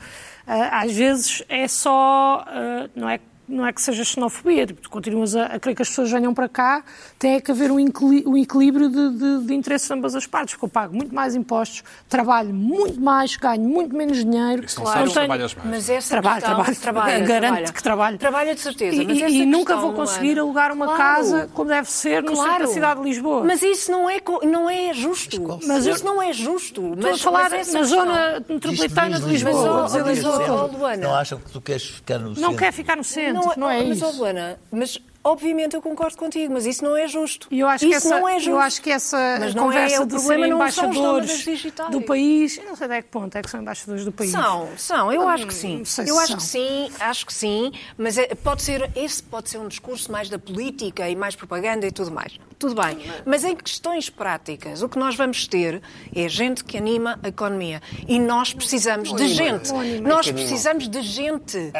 Speaker 4: ah, às vezes é só. ah, não é não é que seja xenofobia, tipo, tu continuas a, a crer que as pessoas venham para cá, tem é que haver um, equili- um equilíbrio de, de, de interesses de ambas as partes, porque eu pago muito mais impostos, trabalho muito mais, ganho muito menos dinheiro.
Speaker 6: Isso não um sabes,
Speaker 4: tenho-
Speaker 6: trabalhas mais.
Speaker 3: Mas essa
Speaker 4: Trabalho,
Speaker 3: questão,
Speaker 4: trabalho, trabalho. Garanto que trabalho.
Speaker 3: Então, Trabalha de certeza.
Speaker 4: E,
Speaker 3: mas
Speaker 4: e-
Speaker 3: essa
Speaker 4: e nunca
Speaker 3: questão,
Speaker 4: vou conseguir
Speaker 3: Luana-
Speaker 4: alugar um uma
Speaker 3: Claro.
Speaker 4: casa como deve ser no centro da cidade de Lisboa.
Speaker 3: Mas isso não é, co- não é justo. Mas,
Speaker 4: Mas eu-
Speaker 3: isso não é justo.
Speaker 4: Estou a falar
Speaker 3: essa
Speaker 4: na
Speaker 3: questão-
Speaker 4: zona metropolitana de
Speaker 5: Diz-me,
Speaker 4: Lisboa.
Speaker 3: Mas, ó,
Speaker 4: de
Speaker 3: mas,
Speaker 4: Lisboa
Speaker 3: ó,
Speaker 4: toda.
Speaker 3: ó, Luana.
Speaker 5: Não acham que tu queres ficar no
Speaker 4: Não
Speaker 5: centro?
Speaker 4: quer ficar no centro, não,
Speaker 3: Não,
Speaker 4: é
Speaker 3: oh, mas, ó,
Speaker 4: isso.
Speaker 3: Luana, mas obviamente eu concordo contigo, mas isso não é justo.
Speaker 4: E eu acho,
Speaker 3: isso
Speaker 4: que essa,
Speaker 3: não é justo.
Speaker 4: eu acho que essa
Speaker 3: Mas não é,
Speaker 4: conversa
Speaker 3: o
Speaker 4: de
Speaker 3: problema
Speaker 4: serem
Speaker 3: não são os
Speaker 4: embaixadores
Speaker 3: nómadas digitais.
Speaker 4: do país, eu não sei até que ponto é que são embaixadores do país.
Speaker 3: São, são,
Speaker 2: Ah,
Speaker 3: eu acho que sim.
Speaker 4: não sei se
Speaker 3: Eu acho
Speaker 4: são.
Speaker 3: que sim, acho que sim, mas é- pode ser, esse pode ser um discurso mais da política e mais propaganda e tudo mais. Tudo bem. Mas em questões práticas, o que nós vamos ter é gente que anima a economia. E nós precisamos de gente. Nós precisamos de gente.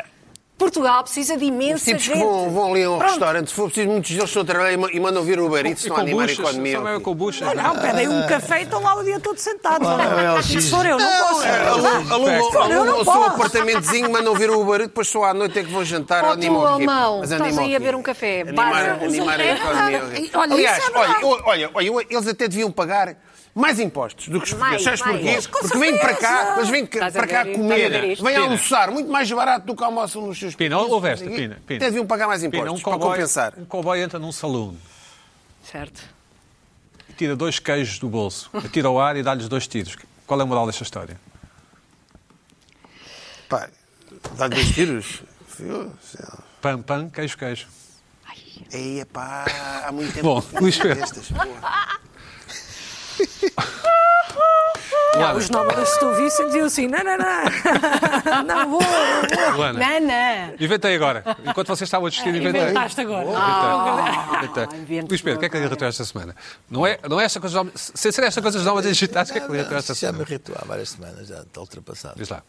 Speaker 3: Portugal precisa de
Speaker 2: Os
Speaker 3: imensa
Speaker 2: tipos
Speaker 3: gente.
Speaker 2: que vão, vão ali ao
Speaker 3: Pronto.
Speaker 2: restaurante, se for preciso, muitos deles estão a trabalhar e ma- e mandam vir o Uber Eats,
Speaker 6: E
Speaker 2: estão a animar a
Speaker 6: buchas,
Speaker 2: economia.
Speaker 6: só é com buchas.
Speaker 4: Não, pedem um café e estão lá o dia todo sentados.
Speaker 5: é o
Speaker 4: Se for eu, não posso.
Speaker 2: Alugam
Speaker 6: Perfeito.
Speaker 4: Eu não
Speaker 2: alugam o seu
Speaker 4: posso.
Speaker 2: um apartamentozinho, mandam vir o Uber e depois só à noite é que vão jantar
Speaker 3: Ó, tu,
Speaker 2: animam o equipa.
Speaker 3: alemão,
Speaker 2: Mas é
Speaker 3: estás
Speaker 2: animam
Speaker 3: aí
Speaker 2: o
Speaker 3: a beber
Speaker 2: equipa.
Speaker 3: um café.
Speaker 2: Animar,
Speaker 3: Basta.
Speaker 2: animar a
Speaker 4: É
Speaker 2: economia.
Speaker 4: verdade. Olha,
Speaker 2: Aliás,
Speaker 4: isso é
Speaker 2: olha,
Speaker 4: verdade.
Speaker 2: olha, olha, olha, eles até deviam pagar mais impostos do que os portugueses.
Speaker 3: Mais,
Speaker 2: Sabes porquê?
Speaker 3: mais.
Speaker 2: Porque vêm para cá, eles vêm
Speaker 3: Estás a
Speaker 2: para cá
Speaker 3: ver, estás a ver
Speaker 2: comer,
Speaker 3: isto?
Speaker 2: vêm
Speaker 6: Pina.
Speaker 2: almoçar, muito mais barato do que almoçam nos seus
Speaker 1: Pina,
Speaker 2: países.
Speaker 1: houve esta, Pina, Pina.
Speaker 2: Até deviam pagar mais
Speaker 1: Pina,
Speaker 2: impostos para compensar.
Speaker 1: um cowboy entra num saloon,
Speaker 3: Certo.
Speaker 1: tira dois queijos do bolso, atira ao ar e dá-lhes dois tiros. Qual é a moral desta história?
Speaker 2: Pá, dá dois tiros. Viu? Sei lá.
Speaker 1: Pam, pam, queijo, queijo.
Speaker 2: Ei, pá, há muito tempo.
Speaker 1: Bom,
Speaker 2: que não
Speaker 1: Luís
Speaker 2: tinha
Speaker 1: Pedro.
Speaker 2: destas, boa.
Speaker 4: Não, os nómadas, se tu vissem, diziam assim: não, não, não, não vou, não vou.
Speaker 1: Luana,
Speaker 3: Nana!
Speaker 1: inventei agora. Enquanto vocês estavam a discutir, inventei.
Speaker 4: Inventaste agora.
Speaker 6: Ah, então,
Speaker 1: Eita.
Speaker 3: invento
Speaker 1: Luís Pedro, o que é que lhe irritou esta semana? Não é, não é esta coisa dos homens- Sem ser esta coisa dos novas digitados, o que é que lhe irritou esta
Speaker 5: Isso já me
Speaker 1: semana?
Speaker 5: irritou há várias semanas, já está ultrapassado.
Speaker 1: Diz lá.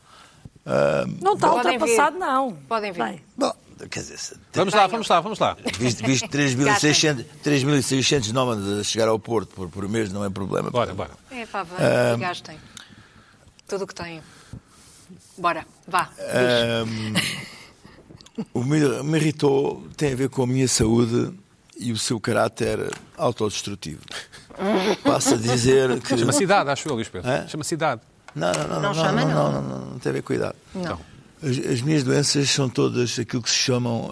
Speaker 4: Não está
Speaker 3: Podem
Speaker 4: ultrapassado,
Speaker 3: vir.
Speaker 4: não.
Speaker 3: Podem vir.
Speaker 4: Bem,
Speaker 5: Bom, quer dizer, se-
Speaker 1: Vamos lá, vamos lá, vamos lá.
Speaker 5: viste, viste 3.600 3.600 nómadas a chegar ao Porto por, por mês, não é problema.
Speaker 1: Bora, bora.
Speaker 3: É pá, vá, gastem. Tudo o que têm. Bora, vá.
Speaker 5: O que me, me irritou tem a ver com a minha saúde e o seu caráter autodestrutivo. Passo a dizer que.
Speaker 1: Chama cidade, acho eu, Luís Pedro.
Speaker 5: Hã?
Speaker 1: Chama cidade.
Speaker 5: Não, não, não, não, não,
Speaker 3: chama,
Speaker 5: não, não, não, não, não tem a ver com a idade.
Speaker 1: Não.
Speaker 6: Então,
Speaker 5: As, as minhas doenças são todas aquilo que se chamam,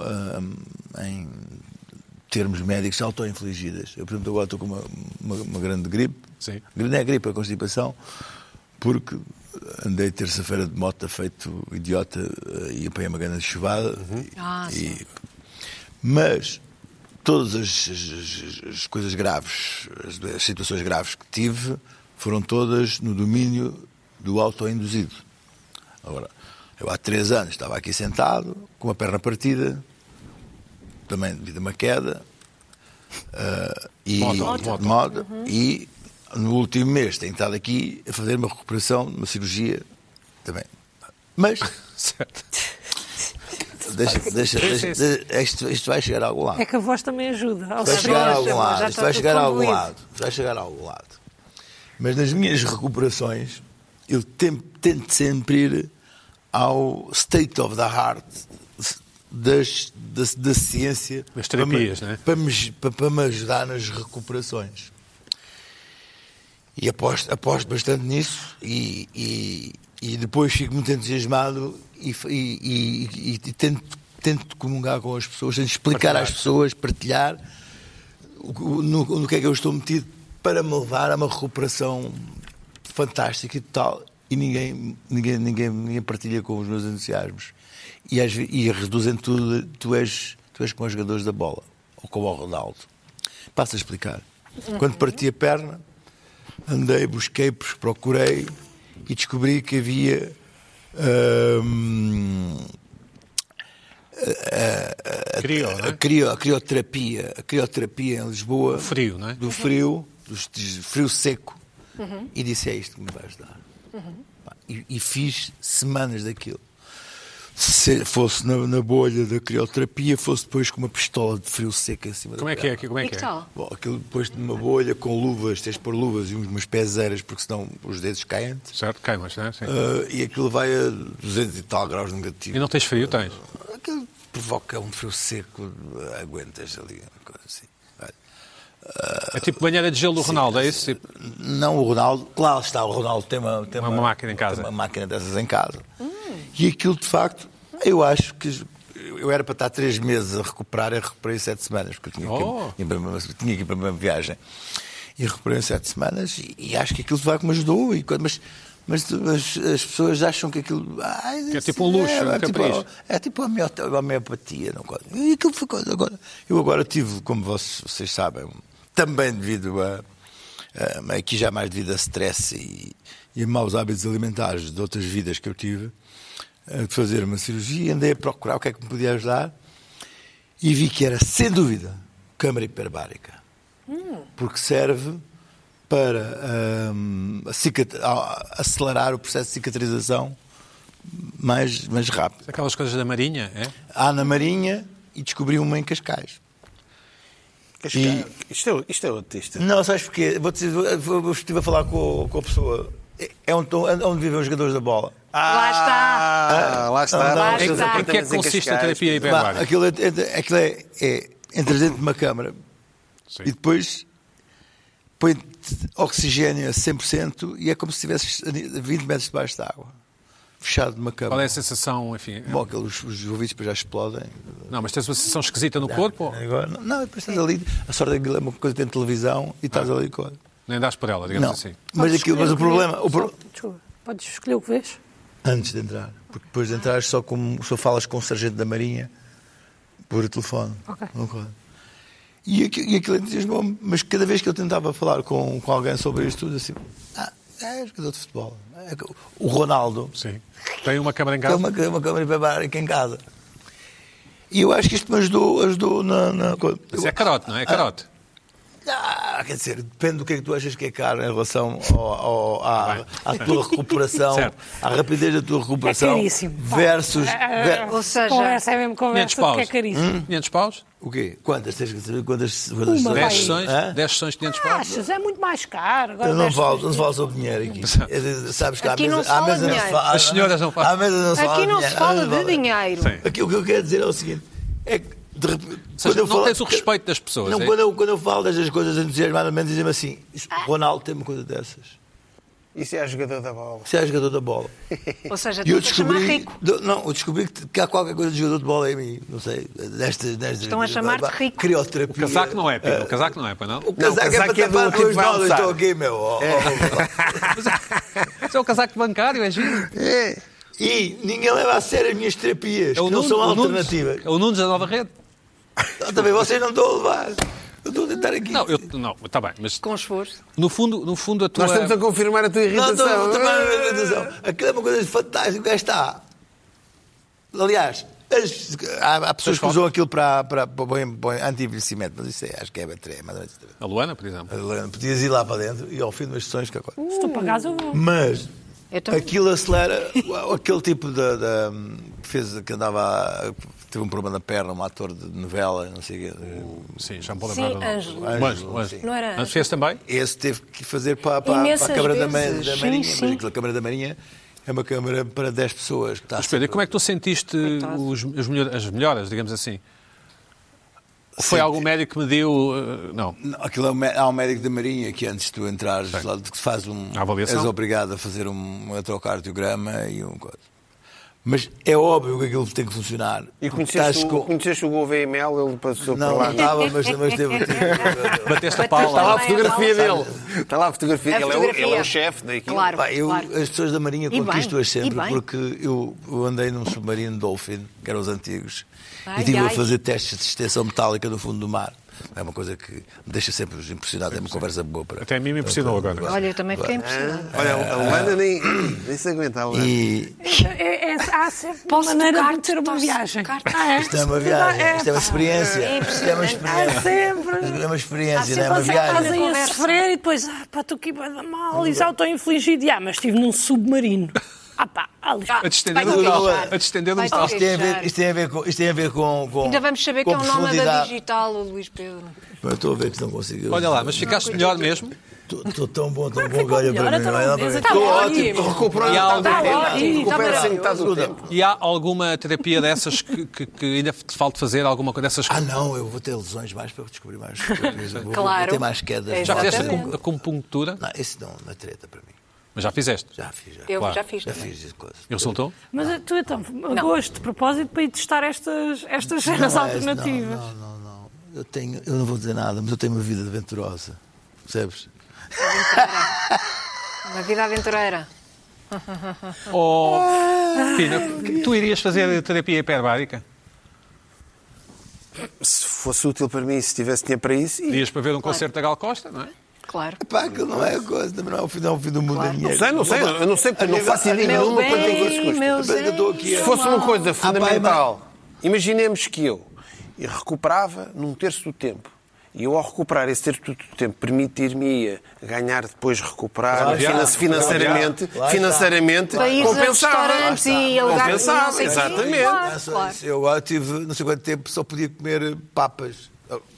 Speaker 5: ah, em termos médicos, autoinfligidas. Eu, por exemplo, agora estou com uma, uma- uma grande gripe.
Speaker 1: Sim.
Speaker 5: Não é gripe, é constipação. Porque andei terça-feira de moto feito idiota ah, e apanhei uma grande chuvada. E-
Speaker 3: Ah,
Speaker 5: e- mas todas as, as- as- as coisas graves, as, as situações graves que tive, foram todas no domínio do autoinduzido. Agora, eu há três anos estava aqui sentado, com uma perna partida, também devido a uma queda, ah, e,
Speaker 1: Moto, moto.
Speaker 5: de moto, e no último mês tenho estado aqui a fazer uma recuperação, uma cirurgia também. Mas,
Speaker 1: Certo.
Speaker 5: deixa, deixa,
Speaker 1: sim,
Speaker 5: deixa, deixa- isto, isto vai chegar a algum lado.
Speaker 4: é que a voz também ajuda. ao
Speaker 5: Vai
Speaker 4: ser-
Speaker 5: chegar a
Speaker 3: já
Speaker 5: algum
Speaker 3: está
Speaker 5: lado, isto vai
Speaker 3: tudo
Speaker 5: chegar a algum
Speaker 3: concluído.
Speaker 5: lado, vai chegar a algum lado. Mas nas minhas recuperações, eu tem- tento sempre ir ao state of the art das, da, da ciência
Speaker 1: Das terapias,
Speaker 5: para, me-
Speaker 1: né?
Speaker 5: para, me, aj- para, para me ajudar nas recuperações. E aposto, aposto bastante nisso e, e, e depois fico muito entusiasmado e, fa- e- e- e- e tento, tento comungar com as pessoas, tento explicar às pessoas, partilhar o que- o- no, no que é que eu estou metido para me levar a uma recuperação fantástica e total e ninguém, ninguém, ninguém, ninguém partilha com os meus entusiasmos. E, às ve- e reduzem tudo, tu és, tu és como os jogadores da bola, ou como ao Ronaldo. Passo a explicar. Quando parti a perna, andei, busquei, procurei e descobri que havia. hum,
Speaker 6: Criou, não
Speaker 5: a,
Speaker 6: é?
Speaker 5: crio- a crioterapia, a crioterapia em Lisboa.
Speaker 6: frio, não é?
Speaker 5: Do frio, do s- frio seco. E disse, é isto que me vai ajudar. Pá, E, e fiz semanas daquilo. Se fosse na, na bolha da crioterapia, fosse depois com uma pistola de frio seco em cima
Speaker 6: Como
Speaker 5: da
Speaker 6: é que é
Speaker 5: perna.
Speaker 6: aqui? Como é
Speaker 3: E
Speaker 6: que
Speaker 3: que
Speaker 6: é?
Speaker 3: tal?
Speaker 5: Bom, aquilo depois de uma bolha com luvas, tens de pôr luvas e umas pezeiras, porque senão os dedos caem antes. Ah,
Speaker 6: Certo? Queimas, não é? Sim.
Speaker 5: e aquilo vai a 200 e tal graus negativo.
Speaker 6: E não tens frio? Tens.
Speaker 5: Aquilo provoca um frio seco, aguentas ali, uma coisa assim. Olha,
Speaker 6: É tipo banheira de gelo do Ronaldo, é isso? Tipo,
Speaker 5: Não o Ronaldo, claro está, o Ronaldo tem uma, tem
Speaker 6: Uma máquina em casa.
Speaker 5: tem uma máquina dessas em casa. E aquilo, de facto, eu acho que. Eu era para estar três meses a recuperar, eu recuperei sete semanas, porque eu tinha,
Speaker 6: Oh.
Speaker 5: que, ir para uma- tinha que ir para uma viagem. E recuperei em sete semanas e, e acho que aquilo, de facto, me ajudou. E, quando- mas mas as, as pessoas acham que aquilo. ai,
Speaker 6: Que é
Speaker 5: isso
Speaker 6: tipo um luxo, um
Speaker 5: é, tipo,
Speaker 6: capricho.
Speaker 5: é tipo a homeopatia, a homeopatia não gosto. E aquilo foi coisa. Agora, eu agora tive, como vocês, vocês sabem, também devido a, a- Aqui já mais devido a stress e, e a maus hábitos alimentares de outras vidas que eu tive, a, de fazer uma cirurgia, andei a procurar o que é que me podia ajudar e vi que era, sem dúvida, câmara hiperbárica. Porque serve para hum, a cicat- a- acelerar o processo de cicatrização mais, mais rápido
Speaker 6: aquelas coisas da Marinha, é?
Speaker 5: há na Marinha e descobri uma em Cascais.
Speaker 2: Cascais. Isto, é, isto é outro texto.
Speaker 5: Não, sabes porquê? Vou dizer, vou- vou- estive a falar com, o- com a pessoa. É- É onde, estão- é onde vivem os jogadores da bola.
Speaker 2: Lá está. Ah, Lá está.
Speaker 5: Lá
Speaker 2: Os seus
Speaker 6: Em- Em que é
Speaker 2: apartamentos
Speaker 6: que
Speaker 2: em
Speaker 6: consiste a
Speaker 2: Cascais.
Speaker 6: terapia
Speaker 5: Bah,
Speaker 6: hiperbárica?
Speaker 5: aquilo é, é- aquilo é, é entras dentro de uma câmara
Speaker 6: Sim.
Speaker 5: e depois põe oxigênio a 100% e é como se estivesses a ni- a 20 metros debaixo d'água. Fechado numa câmara.
Speaker 6: Qual é a sensação, enfim?
Speaker 5: Bom, aqueles, os ouvidos depois já explodem.
Speaker 6: Não, mas tens uma sensação esquisita no corpo?
Speaker 5: Agora, não, não, depois estás ali. A sorte é que aquilo é uma coisa que tem televisão e estás
Speaker 6: Ah.
Speaker 5: ali com.
Speaker 6: Nem dás por ela, digamos
Speaker 5: Não,
Speaker 6: assim.
Speaker 5: mas,
Speaker 4: Podes
Speaker 5: aquilo, mas o
Speaker 4: escolher que
Speaker 5: problema. o pro-
Speaker 4: vês. Só- desculpa, Podes escolher o que vês?
Speaker 5: Antes de entrar. Porque depois de entrar só, como, só falas com o sargento da Marinha por telefone.
Speaker 4: Ok.
Speaker 5: Não corre. E aquilo, e aquilo entusiasmou-me, mas cada vez que eu tentava falar com, com alguém sobre isto tudo, assim, ah, é jogador de futebol. É que- o Ronaldo,
Speaker 6: Sim. Tem uma câmara em
Speaker 5: que é
Speaker 6: casa?
Speaker 5: uma, uma câmara hiperbárica em casa. E eu acho que isto me ajudou, ajudou na, na coisa.
Speaker 6: Mas é carote, não é? É carote.
Speaker 5: Ah, quer dizer, depende do que é que tu achas que é caro em relação ao- ao- à, à tua recuperação,
Speaker 6: Certo.
Speaker 5: à rapidez da tua recuperação.
Speaker 4: caríssimo.
Speaker 5: Versus.
Speaker 3: Ah,
Speaker 5: ver-
Speaker 3: Ou seja,
Speaker 4: conversa é mesmo
Speaker 6: 500
Speaker 4: conversa,
Speaker 6: paus.
Speaker 4: porque é
Speaker 5: Hum?
Speaker 4: caríssimo.
Speaker 6: 500 paus?
Speaker 5: O quê? Quantas tens que saber? Quantas. quantas
Speaker 4: Uma,
Speaker 5: quantas-
Speaker 6: 10 sessões?
Speaker 5: Hã?
Speaker 6: 10 sessões, 500 paus?
Speaker 4: Achas? É muito mais caro. Agora
Speaker 5: Eu não
Speaker 4: deste-
Speaker 5: falo, não se fala sobre dinheiro aqui. É de- Sabes que à
Speaker 3: Aqui
Speaker 5: mesa,
Speaker 3: não
Speaker 5: à
Speaker 3: fala
Speaker 5: mesa não se
Speaker 3: dinheiro.
Speaker 5: fala.
Speaker 6: As senhoras não falam.
Speaker 5: À mesa não se fala.
Speaker 3: Aqui não
Speaker 5: dinheiro.
Speaker 3: se
Speaker 5: À
Speaker 3: fala
Speaker 5: mesa não
Speaker 3: de dinheiro.
Speaker 6: Sim.
Speaker 5: Aqui o que eu quero dizer é o seguinte: é que de repente.
Speaker 6: seja,
Speaker 5: quando eu
Speaker 6: não
Speaker 5: falo-
Speaker 6: tens o respeito das pessoas,
Speaker 5: Não,
Speaker 6: é?
Speaker 5: quando, eu, quando eu falo destas coisas entusiasmadamente, dizem-me assim: "Isso,
Speaker 3: Ah.
Speaker 5: Ronaldo tem uma coisa dessas.
Speaker 2: Isso é a jogador da bola.
Speaker 5: Você é jogador da bola.
Speaker 3: Ou seja,
Speaker 5: E eu
Speaker 3: estão-te a é chamar
Speaker 5: descobri.
Speaker 3: rico.
Speaker 5: de- Não, eu descobri que, que há qualquer coisa de jogador de bola em mim. Não sei. Destas. destas
Speaker 3: Estão a chamar-te
Speaker 5: bah,
Speaker 3: rico.
Speaker 5: Crioterapia.
Speaker 6: O casaco não é, Pino. O casaco não é, pois não?
Speaker 5: O casaco é para
Speaker 2: casaco é
Speaker 5: tapar
Speaker 2: do
Speaker 5: com os
Speaker 2: tipo
Speaker 5: dólares.
Speaker 2: Balsar.
Speaker 5: Estou aqui, meu. ó, ó,
Speaker 6: É.
Speaker 5: ó, ó.
Speaker 6: Mas é o casaco bancário, é giro.
Speaker 5: É. E ninguém leva a sério as minhas terapias,
Speaker 6: É o
Speaker 5: que não
Speaker 6: Nuno-
Speaker 5: são
Speaker 6: o Nunes-
Speaker 5: alternativas.
Speaker 6: É o Nunes da nova rede.
Speaker 5: Ah, Também vocês não estão a levar. Eu estou a tentar aqui.
Speaker 6: Não, eu, não, está bem, mas
Speaker 3: Com esforço.
Speaker 6: no fundo, no fundo a tua...
Speaker 2: Nós
Speaker 1: é.
Speaker 2: estamos a confirmar a tua
Speaker 5: Não, estou
Speaker 2: irritação.
Speaker 5: a tomar a atenção. Aquilo é uma coisa fantástica. O gajo está. Aliás, as- há, há pessoas que usam aquilo para, para, para, bem- bem anti-envelhecimento, mas isso é, acho que é bateria. mais ou menos.
Speaker 6: A Luana, por exemplo.
Speaker 5: Helena, Podias ir lá para dentro e ao fim de umas sessões que agora.
Speaker 4: Estou para casa, eu vou.
Speaker 5: Hum. Mas
Speaker 3: Eu também.
Speaker 5: aquilo acelera uau, aquele tipo de, de- que fez que andava teve um problema na perna, um ator de novela, não sei o quê.
Speaker 6: Sim, já me pode
Speaker 3: Sim,
Speaker 6: lembrar. do nome.
Speaker 3: Ângelo.
Speaker 6: O Ângelo, o Ângelo.
Speaker 5: Sim.
Speaker 3: Não era
Speaker 6: Mas
Speaker 3: Ângelo.
Speaker 6: fez também?
Speaker 5: Esse teve que fazer para, para- para
Speaker 3: Imensas
Speaker 5: a Câmara da, Ma-
Speaker 3: vezes,
Speaker 5: da
Speaker 3: sim,
Speaker 5: Marinha.
Speaker 3: sim.
Speaker 5: Mas aquilo, a Câmara da Marinha é uma Câmara para 10 pessoas. Que está
Speaker 6: Mas Pedro, e como é que tu sentiste
Speaker 3: Coitado.
Speaker 6: os- as, melhor- as melhoras, digamos assim? Ou Foi algum médico que me deu... uh, Não.
Speaker 5: Não, aquilo é um mé- há um médico da Marinha que antes de tu entrares lá, que te faz um.
Speaker 6: A avaliação.
Speaker 5: És obrigado a fazer um eletrocardiograma e um coisa. Mas é óbvio que aquilo tem que funcionar.
Speaker 2: E
Speaker 5: Porque
Speaker 2: conheceste,
Speaker 5: estás
Speaker 2: o,
Speaker 5: com-
Speaker 2: conheceste o GVML, ele passou
Speaker 5: Não,
Speaker 2: por lá.
Speaker 5: não estava, mas, mas teve.
Speaker 6: Bateste a pau
Speaker 2: Está lá a
Speaker 6: lá.
Speaker 3: Também é
Speaker 2: fotografia
Speaker 5: mau.
Speaker 2: dele. Está lá a fotografia.
Speaker 3: A
Speaker 2: Ele, é o- ele É, o,
Speaker 3: fotografia.
Speaker 2: chefe daqui.
Speaker 3: Claro,
Speaker 5: Pá, eu,
Speaker 3: claro.
Speaker 5: As pessoas da Marinha
Speaker 3: E
Speaker 5: conquisto-as
Speaker 3: bem, e
Speaker 5: sempre,
Speaker 3: bem.
Speaker 5: porque eu, eu andei num submarino Dolphin, que eram os antigos,
Speaker 3: Ai,
Speaker 5: e estive a
Speaker 3: ai.
Speaker 5: fazer testes de extensão metálica no fundo do mar. É uma coisa que me deixa sempre impressionado, é uma conversa boa para.
Speaker 6: Até a mim me impressionou agora.
Speaker 3: Olha, eu também fiquei impressionada.
Speaker 2: Olha, a Holanda nem, nem se aguenta. a Holanda.
Speaker 5: E
Speaker 4: É, é, há sempre uma
Speaker 3: Posso
Speaker 4: maneira de
Speaker 3: tocar-te,
Speaker 4: ter uma
Speaker 3: posso
Speaker 4: viagem.
Speaker 3: tocar-te.
Speaker 4: Ah, é?
Speaker 5: isto é uma viagem,
Speaker 4: É,
Speaker 5: isto é uma
Speaker 4: pá.
Speaker 5: experiência.
Speaker 3: É Ah,
Speaker 5: Isto é uma
Speaker 4: Há
Speaker 5: experiência.
Speaker 4: sempre.
Speaker 5: É uma experiência, não é
Speaker 4: Sempre
Speaker 5: uma
Speaker 4: vocês
Speaker 5: viagem.
Speaker 4: fazem a
Speaker 3: Conversa.
Speaker 4: sofrer e depois, ah, pá, estou aqui bué da mal, e já estou infligido. E, ah, mas estive num submarino. Ah, pá, ali.
Speaker 3: Ah,
Speaker 6: A distender
Speaker 3: vai
Speaker 6: um
Speaker 5: não,
Speaker 6: tal.
Speaker 5: não,
Speaker 6: A distender um
Speaker 3: Vai
Speaker 6: tal.
Speaker 5: Isto tem, a ver, isto, tem a ver com, isto tem a ver com. com-
Speaker 3: Ainda vamos saber que é
Speaker 5: com
Speaker 3: o nome da
Speaker 5: profundidade.
Speaker 3: digital, o Luís Pedro.
Speaker 5: Eu Estou a ver que não consigo.
Speaker 6: Olha lá, mas ficaste melhor mesmo.
Speaker 5: Estou tão bom, tão
Speaker 3: é
Speaker 4: Claro que
Speaker 5: bom que
Speaker 4: ficou
Speaker 5: olha
Speaker 4: melhor,
Speaker 5: para mim.
Speaker 4: então
Speaker 5: olha lá
Speaker 4: não
Speaker 5: para mim.
Speaker 4: diz, então
Speaker 5: Estou
Speaker 4: olha.
Speaker 5: ótimo, estou
Speaker 2: Recuperou
Speaker 6: E há
Speaker 2: metade
Speaker 6: alguém-
Speaker 2: do tempo.
Speaker 4: Ih,
Speaker 2: Recupera
Speaker 4: está
Speaker 2: sem metade do
Speaker 5: maravilhoso.
Speaker 2: tempo.
Speaker 6: E há alguma terapia dessas que, que- que ainda te falta fazer? Alguma coisa dessas que
Speaker 5: Ah, não, eu vou ter lesões mais para descobrir mais coisas. Vou- Vou
Speaker 3: Claro. É,
Speaker 5: ter mais quedas.
Speaker 6: já fizeste
Speaker 3: Exatamente.
Speaker 6: a compuntura?
Speaker 5: Não, esse não, não é treta para mim.
Speaker 6: Mas já fizeste.
Speaker 5: Já fiz, já.
Speaker 3: Eu
Speaker 6: Claro.
Speaker 3: já fiz
Speaker 5: Já
Speaker 3: também.
Speaker 5: fiz isso coisa.
Speaker 6: E resultou?
Speaker 4: Mas eh, tu então, gosto de propósito para ir testar estas, estas cenas
Speaker 5: Não, é-
Speaker 4: alternativas.
Speaker 5: Não, não, não, não. Eu, tenho, eu não vou dizer nada, mas eu tenho uma vida aventurosa. Percebes?
Speaker 3: Uma vida aventureira.
Speaker 6: Ou. Oh, Pina, tu irias fazer terapia hiperbárica?
Speaker 2: Se fosse útil para mim, se tivesse dinheiro para isso, e-
Speaker 6: Irias para ver um concerto da Gal Costa, não é?
Speaker 3: Claro.
Speaker 5: Pá, que não é coisa, também não é o fim, não é o fim do mundo.
Speaker 3: Claro.
Speaker 5: é
Speaker 2: Não sei, não sei, eu não sei, porque não faço ideia
Speaker 3: Meu
Speaker 2: nenhuma quanto é que isso
Speaker 3: bem,
Speaker 2: custa.
Speaker 3: meu
Speaker 5: Mas eu estou aqui
Speaker 3: bem.
Speaker 5: a-
Speaker 2: Se fosse uma
Speaker 3: Ah,
Speaker 2: coisa
Speaker 5: pai,
Speaker 2: fundamental, imaginemos que eu recuperava num terço do tempo. E eu, ao recuperar esse terço do tempo, permitir-me ganhar depois, recuperar
Speaker 5: Lá está,
Speaker 2: finan- financeiramente,
Speaker 5: lá está.
Speaker 2: financeiramente,
Speaker 3: Para ires a
Speaker 2: compensava.
Speaker 3: restaurantes e alugar- não
Speaker 2: compensava,
Speaker 3: sei o quê.
Speaker 2: exatamente.
Speaker 3: Claro.
Speaker 5: Ah, só isso. Eu agora tive não sei quanto tempo, só podia comer papas.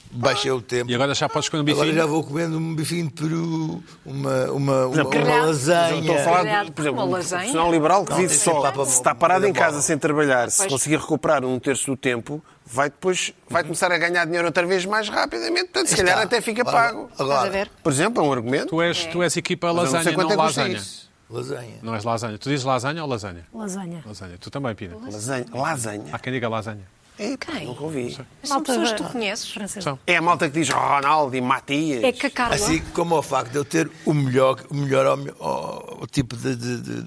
Speaker 5: Baixei o tempo.
Speaker 6: E agora já podes comer um
Speaker 5: Agora já
Speaker 6: bifinho?
Speaker 5: vou comendo um bifinho de peru, uma, uma, uma, uma
Speaker 3: calhar-
Speaker 2: Mas eu
Speaker 5: lasanha.
Speaker 2: Estou a falar, de,
Speaker 3: Calhar,
Speaker 2: por exemplo,
Speaker 3: uma
Speaker 2: um
Speaker 3: lasanha.
Speaker 2: profissional liberal que
Speaker 5: Não,
Speaker 2: vive
Speaker 5: tem
Speaker 2: só.
Speaker 5: sempre lá para-
Speaker 2: Se está parado em
Speaker 5: para
Speaker 2: casa
Speaker 5: bola.
Speaker 2: sem trabalhar, se
Speaker 3: Pois.
Speaker 2: conseguir recuperar um terço do tempo, vai depois vai começar a ganhar dinheiro outra vez mais rapidamente. Portanto, se
Speaker 5: Está.
Speaker 2: calhar até fica
Speaker 5: Ora,
Speaker 2: pago.
Speaker 3: Estás a
Speaker 5: Agora,
Speaker 3: ver?
Speaker 2: Por exemplo, é um argumento.
Speaker 6: Tu és, tu és equipa
Speaker 2: Mas eu
Speaker 6: lasanha, não,
Speaker 2: é que custa
Speaker 6: lasanha.
Speaker 2: isso.
Speaker 5: lasanha.
Speaker 6: Não és lasanha. Tu dizes lasanha ou lasanha?
Speaker 4: Lasanha.
Speaker 6: Lasanha. Tu também, Pina.
Speaker 2: Lasanha. Lasanha.
Speaker 6: Há quem diga lasanha.
Speaker 2: Epa,
Speaker 3: Quem?
Speaker 2: Nunca ouvi.
Speaker 3: São
Speaker 4: Malta
Speaker 3: pessoas que
Speaker 4: da-
Speaker 3: tu conheces.
Speaker 4: Francesa.
Speaker 2: É a malta que diz Ronaldo e Matias.
Speaker 3: É que a Carla.
Speaker 5: Assim como o facto de eu ter o melhor, o melhor, ao melhor- ao- ao tipo de, de, de,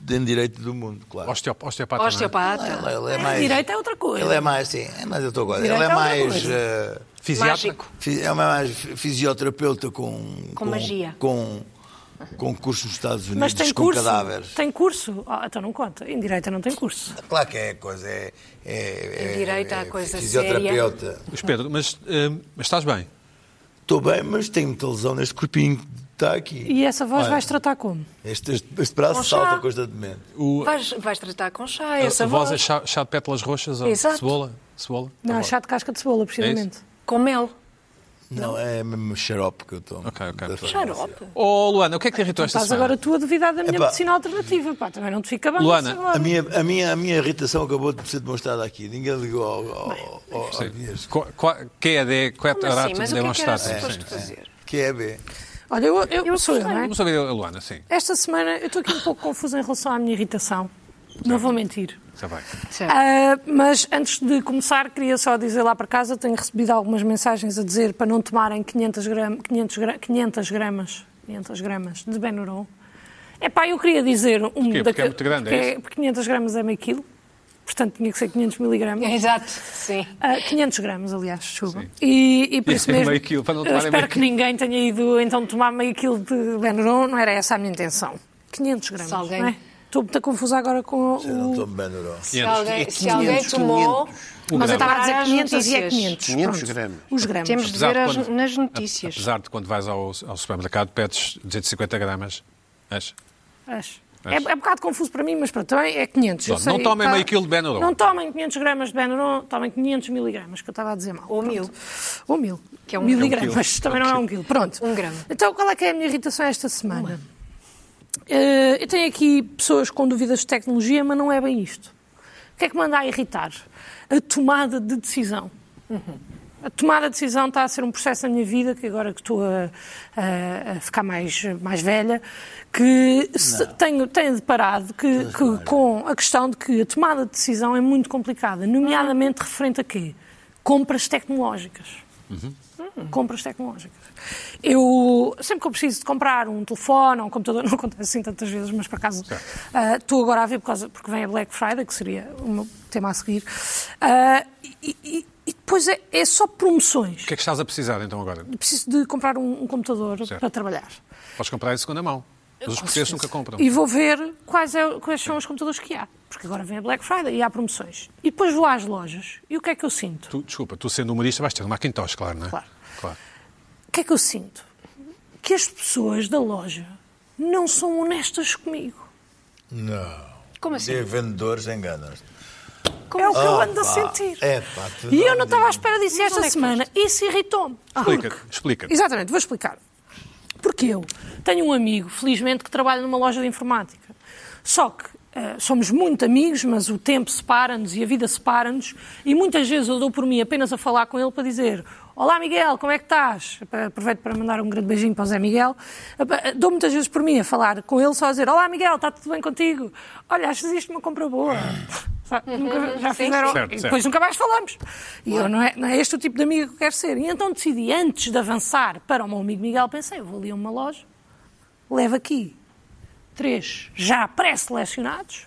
Speaker 5: de endireito do mundo, claro.
Speaker 6: Osteop osteopata. não é?
Speaker 3: Osteopata.
Speaker 5: Ele, ele é mais,
Speaker 4: Direito é outra coisa.
Speaker 5: Ele é mais, sim, é mais eu estou agora. Ele
Speaker 4: Direito
Speaker 5: é
Speaker 4: é outra
Speaker 5: mais.
Speaker 4: coisa.
Speaker 5: eh,
Speaker 6: Fisiatra.
Speaker 3: Mágico.
Speaker 5: fi- é uma mais fi- fisioterapeuta com. Com,
Speaker 3: magia.
Speaker 5: Com, com curso nos Estados Unidos,
Speaker 4: Mas tem
Speaker 5: com
Speaker 4: curso?
Speaker 5: cadáveres.
Speaker 4: Tem curso? Ah, então não conta. Em direita não tem curso.
Speaker 5: Claro que é coisa. É, é, é,
Speaker 3: Direito à coisa
Speaker 5: fisioterapeuta.
Speaker 6: Mas Pedro, mas, hum, mas estás bem?
Speaker 5: Estou bem, mas tenho muita lesão neste corpinho que está aqui.
Speaker 4: E essa voz
Speaker 5: Olha,
Speaker 4: vais tratar como?
Speaker 5: Este, este, este braço
Speaker 3: Com chá.
Speaker 5: salta constantemente.
Speaker 6: O,
Speaker 3: Vais, vais tratar com chá,
Speaker 6: a
Speaker 3: essa
Speaker 6: voz
Speaker 3: voz.
Speaker 6: é chá, chá de pétalas roxas ou
Speaker 3: Exato.
Speaker 6: cebola? Cebola?
Speaker 4: Não,
Speaker 6: Tá
Speaker 4: é chá de casca de cebola, precisamente.
Speaker 3: Com mel.
Speaker 5: Não, é mesmo xarope que eu tomo.
Speaker 6: Ok, ok.
Speaker 5: Da farmácia.
Speaker 3: Xarope.
Speaker 6: bom. Oh, Luana, o que é que te irritou
Speaker 3: Então
Speaker 6: esta
Speaker 4: Estás
Speaker 6: semana?
Speaker 4: agora tu a duvidar da minha
Speaker 5: Epá.
Speaker 4: medicina alternativa. Pá, também não te fica bem.
Speaker 6: Luana,
Speaker 4: essa voz.
Speaker 5: A minha, a, minha, a minha irritação acabou de ser demonstrada aqui. Ninguém ligou ao, ao, ao, ao, ao minhas-
Speaker 6: Qu- qu- Que é de
Speaker 3: Como
Speaker 6: quatro
Speaker 3: assim?
Speaker 6: horas
Speaker 3: Mas
Speaker 6: de
Speaker 3: o que é que
Speaker 6: demonstrar.
Speaker 3: era suposto fazer?
Speaker 5: Que é B.
Speaker 4: Olha, eu, eu, sou eu, não é?
Speaker 6: Vamos ouvir a Luana, sim.
Speaker 4: Esta semana eu estou aqui um pouco confusa em relação à minha irritação. Não
Speaker 6: Tá.
Speaker 4: vou mentir.
Speaker 6: Está bem.
Speaker 3: Certo.
Speaker 4: Ah, mas antes de começar, queria só dizer lá para casa, tenho recebido algumas mensagens a dizer para não tomarem 500, gram, 500, gra- 500 gramas, 500 gramas de Benuron. É pá, eu queria dizer... Um
Speaker 6: Porquê? Porque é muito grande,
Speaker 4: porque
Speaker 6: é isso?
Speaker 4: porque 500 gramas é meio quilo, portanto tinha que ser 500 miligramas.
Speaker 3: Exato, sim.
Speaker 4: Ah, 500 gramas, aliás, chuva. E, e por
Speaker 6: E
Speaker 4: isso
Speaker 6: é
Speaker 4: mesmo.
Speaker 6: meio quilo, para não
Speaker 4: eu
Speaker 6: tomarem
Speaker 4: espero
Speaker 6: meio
Speaker 4: que ninguém tenha ido então tomar meio quilo de Benuron, não era essa a minha intenção. 500 gramas.
Speaker 3: Se alguém-
Speaker 4: não é? Estou muito a confusar agora com
Speaker 5: Eu não
Speaker 4: o.
Speaker 5: tomo bem no
Speaker 3: Se alguém, se alguém
Speaker 2: 500,
Speaker 3: tomou,
Speaker 4: Mas eu estava a
Speaker 3: grama.
Speaker 4: dizer
Speaker 3: As
Speaker 4: 500 e é
Speaker 3: notícias.
Speaker 4: 500.
Speaker 2: 500
Speaker 4: pronto.
Speaker 2: gramas.
Speaker 4: Os gramas.
Speaker 3: temos de
Speaker 6: Apesar
Speaker 3: ver
Speaker 6: de
Speaker 3: as-
Speaker 6: quando-
Speaker 3: nas notícias.
Speaker 6: Apesar de quando vais ao, ao supermercado pedes 250 gramas. Acho.
Speaker 4: Acho. É, é um bocado confuso para mim, mas pronto, é 500. eu
Speaker 6: Pronto, não
Speaker 4: sei,
Speaker 6: tomem
Speaker 4: tá-
Speaker 6: meio quilo de Benuron.
Speaker 4: Não tomem 500 gramas de Benuron, tomem 500 miligramas, que eu estava a dizer mal.
Speaker 3: Ou
Speaker 4: Pronto.
Speaker 3: mil.
Speaker 4: Ou mil.
Speaker 3: Que é um
Speaker 4: miligramas, também não é um quilo. Pronto.
Speaker 3: Um grama.
Speaker 4: Então, qual é que é a minha irritação esta semana? Eh, eu tenho aqui pessoas com dúvidas de tecnologia, mas não é bem isto. O que é que me anda a irritar? A tomada de decisão. A tomada de decisão está a ser um processo na minha vida, que agora que estou a, a- a ficar mais, mais velha, que se- tenho, tenho deparado que, que com a questão de que a tomada de decisão é muito complicada, nomeadamente referente a quê? Compras tecnológicas compras tecnológicas. Eu, sempre que eu preciso de comprar um telefone ou um computador, não acontece assim tantas vezes, mas por acaso ah, estou agora a ver, por causa, porque vem a Black Friday, que seria o meu tema a seguir, Ah, e, e- e depois é, é só promoções.
Speaker 6: O que é que estás a precisar então agora?
Speaker 4: Preciso de comprar um, um computador
Speaker 6: Certo.
Speaker 4: para trabalhar.
Speaker 6: Podes comprar em segunda mão. Mas os
Speaker 4: Com
Speaker 6: portugueses
Speaker 4: certeza.
Speaker 6: nunca compram.
Speaker 4: E vou ver quais, é- quais são os computadores que há, porque agora vem a Black Friday e há promoções. E depois vou às lojas e o que é que eu sinto?
Speaker 6: Tu, desculpa, tu sendo humorista vais ter um Macintosh, claro, não é?
Speaker 4: Claro.
Speaker 6: claro.
Speaker 4: O que é que eu sinto? Que as pessoas da loja não são honestas comigo.
Speaker 5: Não.
Speaker 7: Como assim?
Speaker 5: Ser vendedores enganas.
Speaker 4: É o que eu
Speaker 5: Ah,
Speaker 4: ando a
Speaker 5: pá.
Speaker 4: sentir.
Speaker 5: É, pá, tu
Speaker 4: e eu
Speaker 5: não
Speaker 4: não estava à
Speaker 5: digas.
Speaker 4: espera disso
Speaker 7: onde é
Speaker 4: esta
Speaker 7: que Ah,
Speaker 4: semana. Isso irritou-me.
Speaker 6: Explica-te,
Speaker 4: Porque-
Speaker 6: explica-te.
Speaker 4: Exatamente, vou explicar. Porque eu tenho um amigo, felizmente, que trabalha numa loja de informática. Só que eh, somos muito amigos, mas o tempo separa-nos e a vida separa-nos. E muitas vezes eu dou por mim apenas a falar com ele para dizer: Olá, Miguel, como é que estás? Aproveito para mandar um grande beijinho para o Zé Miguel. Eh, Dou muitas vezes por mim a falar com ele só a dizer: Olá, Miguel, está tudo bem contigo? Olha, achas isto uma compra boa? Sabe, nunca- já
Speaker 7: Sim,
Speaker 4: fizeram.
Speaker 7: sim.
Speaker 6: Certo,
Speaker 4: e
Speaker 6: certo.
Speaker 4: depois nunca mais falamos. E eu não é, não é este o tipo de amigo que eu quero ser. E então decidi, antes de avançar para o meu amigo Miguel, pensei, eu vou ali a uma loja, levo aqui três já pré-selecionados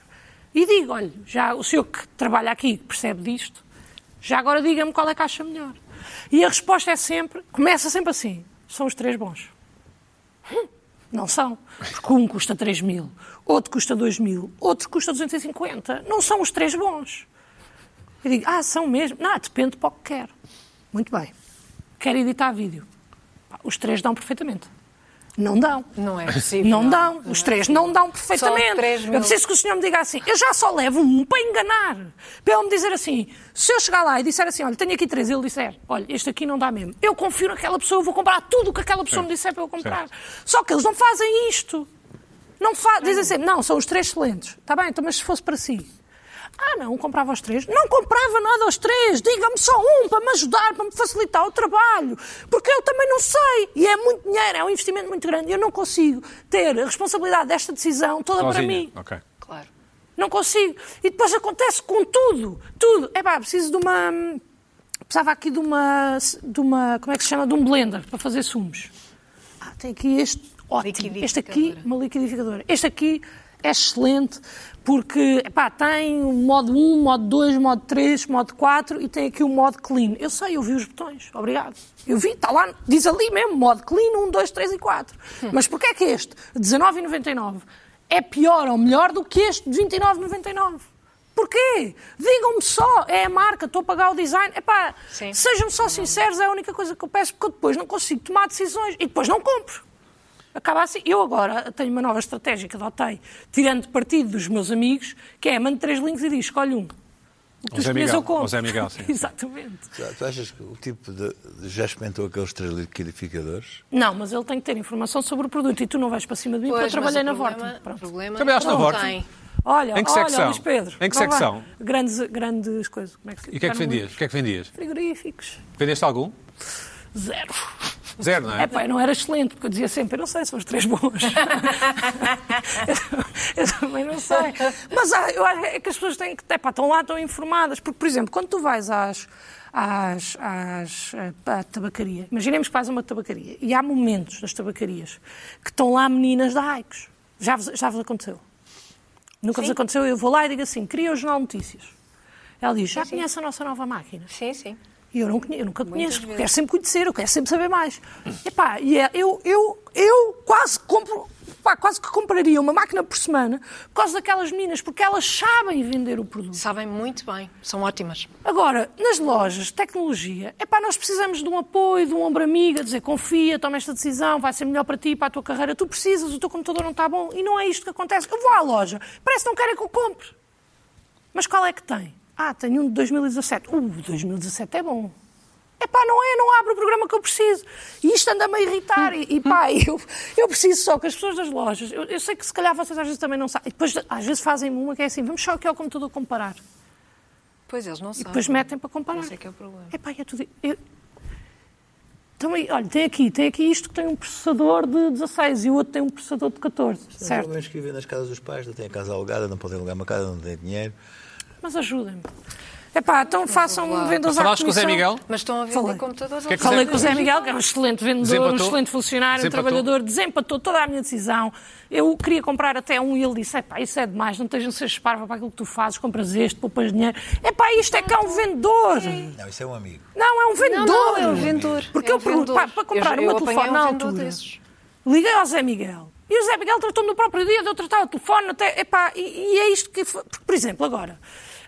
Speaker 4: e digo, olha, já o senhor que trabalha aqui, que percebe disto, já agora diga-me qual é que acha melhor. E a resposta é sempre, começa sempre assim, são os três bons. Hum, Não são. Porque um custa 3 mil, outro custa 2 mil, outro custa 250. Não são os três bons. Eu digo, ah, são mesmo? Não, depende para o que quero. Muito bem. Quero editar vídeo. Pá, Os três dão perfeitamente. Não dão.
Speaker 7: Não é possível.
Speaker 4: Não dão. Os três não dão perfeitamente.
Speaker 7: Só três mil.
Speaker 4: Eu preciso que o senhor me diga assim. Eu já só levo um para enganar. Para ele me dizer assim. Se eu chegar lá e disser assim, olha, tenho aqui três, ele disser, olha, este aqui não dá mesmo. Eu confio naquela pessoa, eu vou comprar tudo o que aquela pessoa me disser para eu comprar. Só que eles não fazem isto. Não fa... Dizem sempre, não, são os três excelentes. Está bem, então, mas se fosse para si. Ah, não, comprava os três. Não comprava nada aos três. Diga-me só um para me ajudar, para me facilitar o trabalho. Porque eu também não sei. E é muito dinheiro, é um investimento muito grande. E eu não consigo ter a responsabilidade desta decisão toda para
Speaker 6: Sozinha.
Speaker 4: mim.
Speaker 6: Ok.
Speaker 7: Claro.
Speaker 4: Não consigo. E depois acontece com tudo. Tudo. É pá, preciso de uma. Precisava aqui de uma. de uma. Como é que se chama? De um blender para fazer sumos. Ah, tem aqui este. Ótimo. Este aqui, uma liquidificadora. Este aqui é excelente porque epá, tem o modo 1, modo 2, modo 3, modo 4 e tem aqui o modo clean. Eu sei, eu vi os botões, obrigado. Eu vi, está lá, diz ali mesmo, modo clean 1, 2, 3 e 4. Mas porquê é que este, 19,99, é pior ou melhor do que este, de 29,99? Porquê? Digam-me só, é a marca, estou a pagar o design. Epá,
Speaker 7: Sim.
Speaker 4: sejam só sinceros, é a única coisa que eu peço, porque eu depois não consigo tomar decisões e depois não compro. Acaba assim. Eu agora tenho uma nova estratégia que adotei, tirando partido dos meus amigos, que é mando três links e digo, escolhe um. O que tu
Speaker 6: José
Speaker 4: escolhes
Speaker 6: Miguel,
Speaker 4: eu compro.
Speaker 6: José Miguel, sim.
Speaker 4: Exatamente.
Speaker 5: Tu- Tu achas que o tipo de. Já experimentou aqueles três liquidificadores?
Speaker 4: Não, mas ele tem que ter informação sobre o produto e tu não vais para cima de mim porque eu
Speaker 7: Pois,
Speaker 4: trabalhei
Speaker 7: mas
Speaker 4: na
Speaker 7: o problema-
Speaker 4: Vorta.
Speaker 7: o problema
Speaker 6: Trabalhaste na
Speaker 7: não
Speaker 6: Vorta?
Speaker 7: tem.
Speaker 4: Olha,
Speaker 6: Em que
Speaker 4: olha,
Speaker 6: secção?
Speaker 4: Luís Pedro.
Speaker 6: Em que
Speaker 4: não vai.
Speaker 6: secção?
Speaker 4: Grandes, grandes coisas. Como é que se
Speaker 6: E o que é que
Speaker 4: chama?
Speaker 6: vendias? O que é que vendias?
Speaker 4: Frigoríficos.
Speaker 6: Vendeste algum?
Speaker 4: Zero.
Speaker 6: Zero, não é?
Speaker 4: É pá, eu não era excelente, porque eu dizia sempre, eu não sei, são os três bons. eu também não sei. Mas há- eu acho é que as pessoas têm que. Epá, estão lá, estão informadas. Porque, por exemplo, quando tu vais às. Às, às, eh, pá, à tabacaria. Imaginemos que vais a uma tabacaria e há momentos das tabacarias que estão lá meninas da Aicos. Já vos, já vos aconteceu? Nunca vos aconteceu? Eu vou lá e digo assim: queria o Jornal de Notícias. Ela diz: já conhece a nossa nova máquina?
Speaker 7: Sim, sim.
Speaker 4: E eu, não conhe- eu nunca conheço, porque quero sempre conhecer, eu quero sempre saber mais. Epá, e é- eu, eu, eu quase compro. pá, quase que compraria uma máquina por semana por causa daquelas meninas, porque elas sabem vender o produto.
Speaker 7: Sabem muito bem. São ótimas.
Speaker 4: Agora, nas lojas, de tecnologia, é nós precisamos de um apoio, de um ombro amigo, a dizer confia, toma esta decisão, vai ser melhor para ti, para a tua carreira. Tu precisas, o teu computador não está bom. E não é isto que acontece. Eu vou à loja, parece que não querem que eu compre. Mas qual é que tem? Ah, tenho um de 2017. Uh, 2017 é bom. É pá, não é, não abre o programa que eu preciso. E isto anda-me a irritar. E, e pá, eu, eu preciso só que as pessoas das lojas. Eu, eu sei que se calhar vocês às vezes também não sabem. E depois, às vezes, fazem-me uma que é assim: vamos só aqui ao computador comparar.
Speaker 7: Pois eles não sabem.
Speaker 4: E depois metem para comparar.
Speaker 7: Esse é que é o problema.
Speaker 4: Epá, é tudo... eu- Então, e- olha, tem aqui, tem aqui isto que tem um processador de 16 e o outro tem um processador de 14,
Speaker 5: Certo.
Speaker 4: certo?
Speaker 5: Alguns que vivem nas casas dos pais, não têm a casa alugada, não podem alugar uma casa, não têm dinheiro.
Speaker 4: Mas ajudem-me. Epá, então façam vendas à
Speaker 6: Falaste com o Zé
Speaker 4: comissão.
Speaker 6: Miguel?
Speaker 7: Mas estão a vender
Speaker 4: Falei.
Speaker 7: computadores
Speaker 6: Que é que
Speaker 4: Falei
Speaker 6: Zé-
Speaker 4: com o Zé Miguel, que é um excelente vendedor,
Speaker 6: Desempatou.
Speaker 4: um excelente funcionário,
Speaker 6: Desempatou.
Speaker 4: um trabalhador, desempatou toda a minha decisão. Eu queria comprar até um e ele disse: epá, isso é demais, não tens de ser esparva para aquilo que tu fazes, compras este, poupas dinheiro. Epá, isto é que é um vendedor.
Speaker 5: Não, isso é um amigo.
Speaker 4: Não, é um vendedor.
Speaker 7: Não, não, é um vendedor.
Speaker 4: Porque
Speaker 7: É um
Speaker 4: eu pergunto, pá,
Speaker 7: vendedor.
Speaker 4: para comprar
Speaker 7: eu,
Speaker 4: uma
Speaker 7: eu apanhei
Speaker 4: telefone na
Speaker 7: um vendedor
Speaker 4: altura,
Speaker 7: desses.
Speaker 4: liguei ao Zé Miguel. E o Zé Miguel tratou-me no próprio dia de eu tratar o telefone até, epá, e, e é isto que... foi- Porque, por exemplo, agora,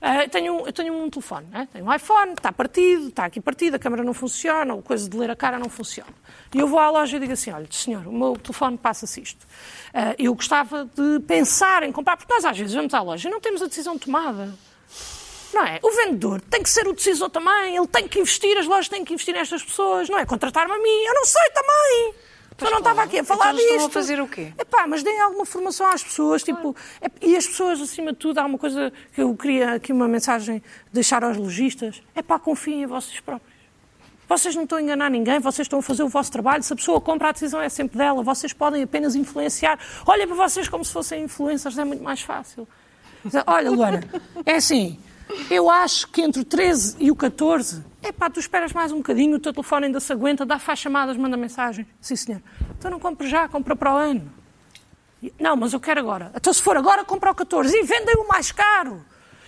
Speaker 4: ah, eu tenho, um- eu tenho um telefone, né? tenho um iPhone, está partido, está aqui partido, a câmera não funciona, ou coisa de ler a cara não funciona. E eu vou à loja e digo assim, olha, senhor, o meu telefone passa-se isto. Ah, eu gostava de pensar em comprar, porque nós às vezes vamos à loja e não temos a decisão tomada. Não é? O vendedor tem que ser o decisor também, ele tem que investir, as lojas têm que investir nestas pessoas, não é? Contratar-me a mim, eu não sei também.
Speaker 7: Pois
Speaker 4: eu não estava
Speaker 7: claro.
Speaker 4: aqui a falar
Speaker 7: Então eles estão a
Speaker 4: disto.
Speaker 7: fazer o quê?
Speaker 4: Epá, mas deem alguma formação às pessoas, tipo, ep- e as pessoas, acima de tudo, há uma coisa que eu queria aqui uma mensagem deixar aos lojistas, é pá, confiem em vocês próprios. Vocês não estão a enganar ninguém, vocês estão a fazer o vosso trabalho. Se a pessoa compra, a decisão é sempre dela. Vocês podem apenas influenciar. Olha para vocês como se fossem influencers, é muito mais fácil. Dizer, Olha, Luana, é assim, eu acho que entre o 13 e o 14, é pá, tu esperas mais um bocadinho, o teu telefone ainda se aguenta, dá faz chamadas, manda mensagem. Sim, senhor. Então não compre já, compra para o ano. E, Não, mas eu quero agora. Então, se for agora, compra o 14 e vendem o mais caro.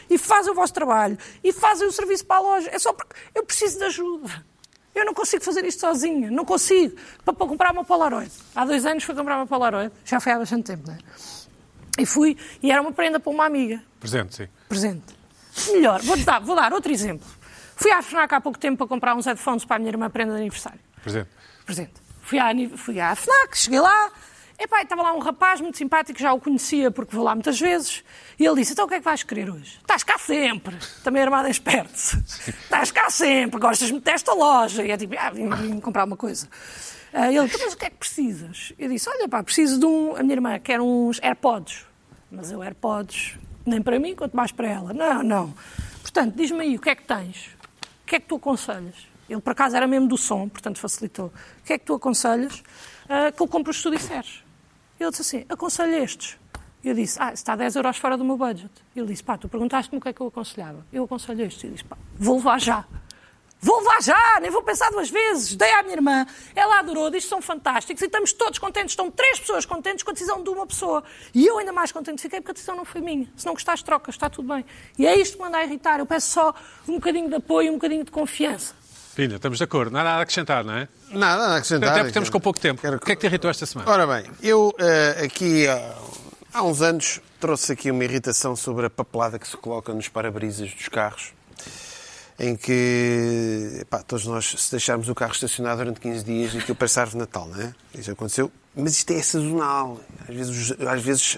Speaker 4: E fazem o vosso trabalho. E fazem o serviço para a loja. É só porque eu preciso de ajuda. Eu não consigo fazer isto sozinha. Não consigo. Para, para comprar uma Polaroid. Há dois anos fui comprar uma Polaroid. Já foi há bastante tempo, não é? E fui. E era uma prenda para uma amiga
Speaker 6: Presente, sim.
Speaker 4: presente. Melhor, vou dar, vou dar outro exemplo. Fui à FNAC há pouco tempo para comprar uns headphones para a minha irmã prenda de aniversário.
Speaker 6: Presente.
Speaker 4: Presente. Fui à, ani- fui à FNAC, cheguei lá. Epá, e estava lá um rapaz muito simpático, já o conhecia porque vou lá muitas vezes. E ele disse, então o que é que vais querer hoje? Estás cá sempre. Também armada esperto. Estás cá sempre, gostas muito desta loja. E é tipo, ah, vim, vim comprar uma coisa. Ah, ele, então, mas o que é que precisas? Eu disse, olha pá, preciso de um... A minha irmã quer uns AirPods. Mas eu AirPods, nem para mim, quanto mais para ela. Não, não. Portanto, diz-me aí, o que é que tens? O que é que tu aconselhas? Ele, por acaso, era mesmo do som, portanto facilitou. O que é que tu aconselhas ah, que eu compre os que tu disseres? Ele disse assim, aconselho estes. Eu disse, ah, está a 10 euros fora do meu budget. Ele disse, pá, tu perguntaste-me o que é que eu aconselhava. Eu aconselho estes. Ele disse, pá, vou levar já. Vou levar já, nem vou pensar duas vezes. Dei à minha irmã, ela adorou, diz que são fantásticos e estamos todos contentes. Estão três pessoas contentes com a decisão de uma pessoa. E eu ainda mais contente fiquei porque a decisão não foi minha. Se não gostares, trocas, está tudo bem. E é isto que me anda a irritar. Eu peço só um bocadinho de apoio, um bocadinho de confiança.
Speaker 6: Pina, estamos de acordo. Não há nada a acrescentar, não é?
Speaker 2: Nada, nada a acrescentar.
Speaker 6: Até porque temos com pouco tempo.
Speaker 2: né? Quero-
Speaker 6: O que é que te irritou esta semana?
Speaker 2: Ora bem, eu eh, aqui ah, há uns anos trouxe aqui uma irritação sobre a papelada que se coloca nos para-brisas dos carros, em que epá, todos nós, se deixarmos o carro estacionado durante 15 dias, aquilo parece árvore de Natal, não é? Isso aconteceu. Mas isto é sazonal. Às vezes, os- às vezes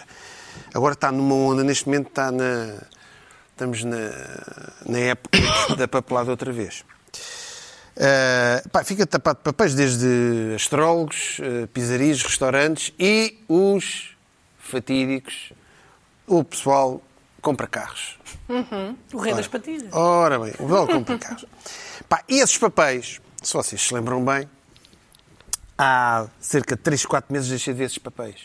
Speaker 2: agora está numa onda, neste momento está na. Estamos na, na época da papelada outra vez. Uh, pá, fica tapado de papéis desde astrólogos, uh, pizzarias, restaurantes e os fatídicos. O pessoal compra carros.
Speaker 4: O rei das patilhas.
Speaker 2: Ora bem, o pessoal compra carros. Pá, e esses papéis, se vocês se lembram bem, há cerca de 3, 4 meses deixei de ver esses papéis.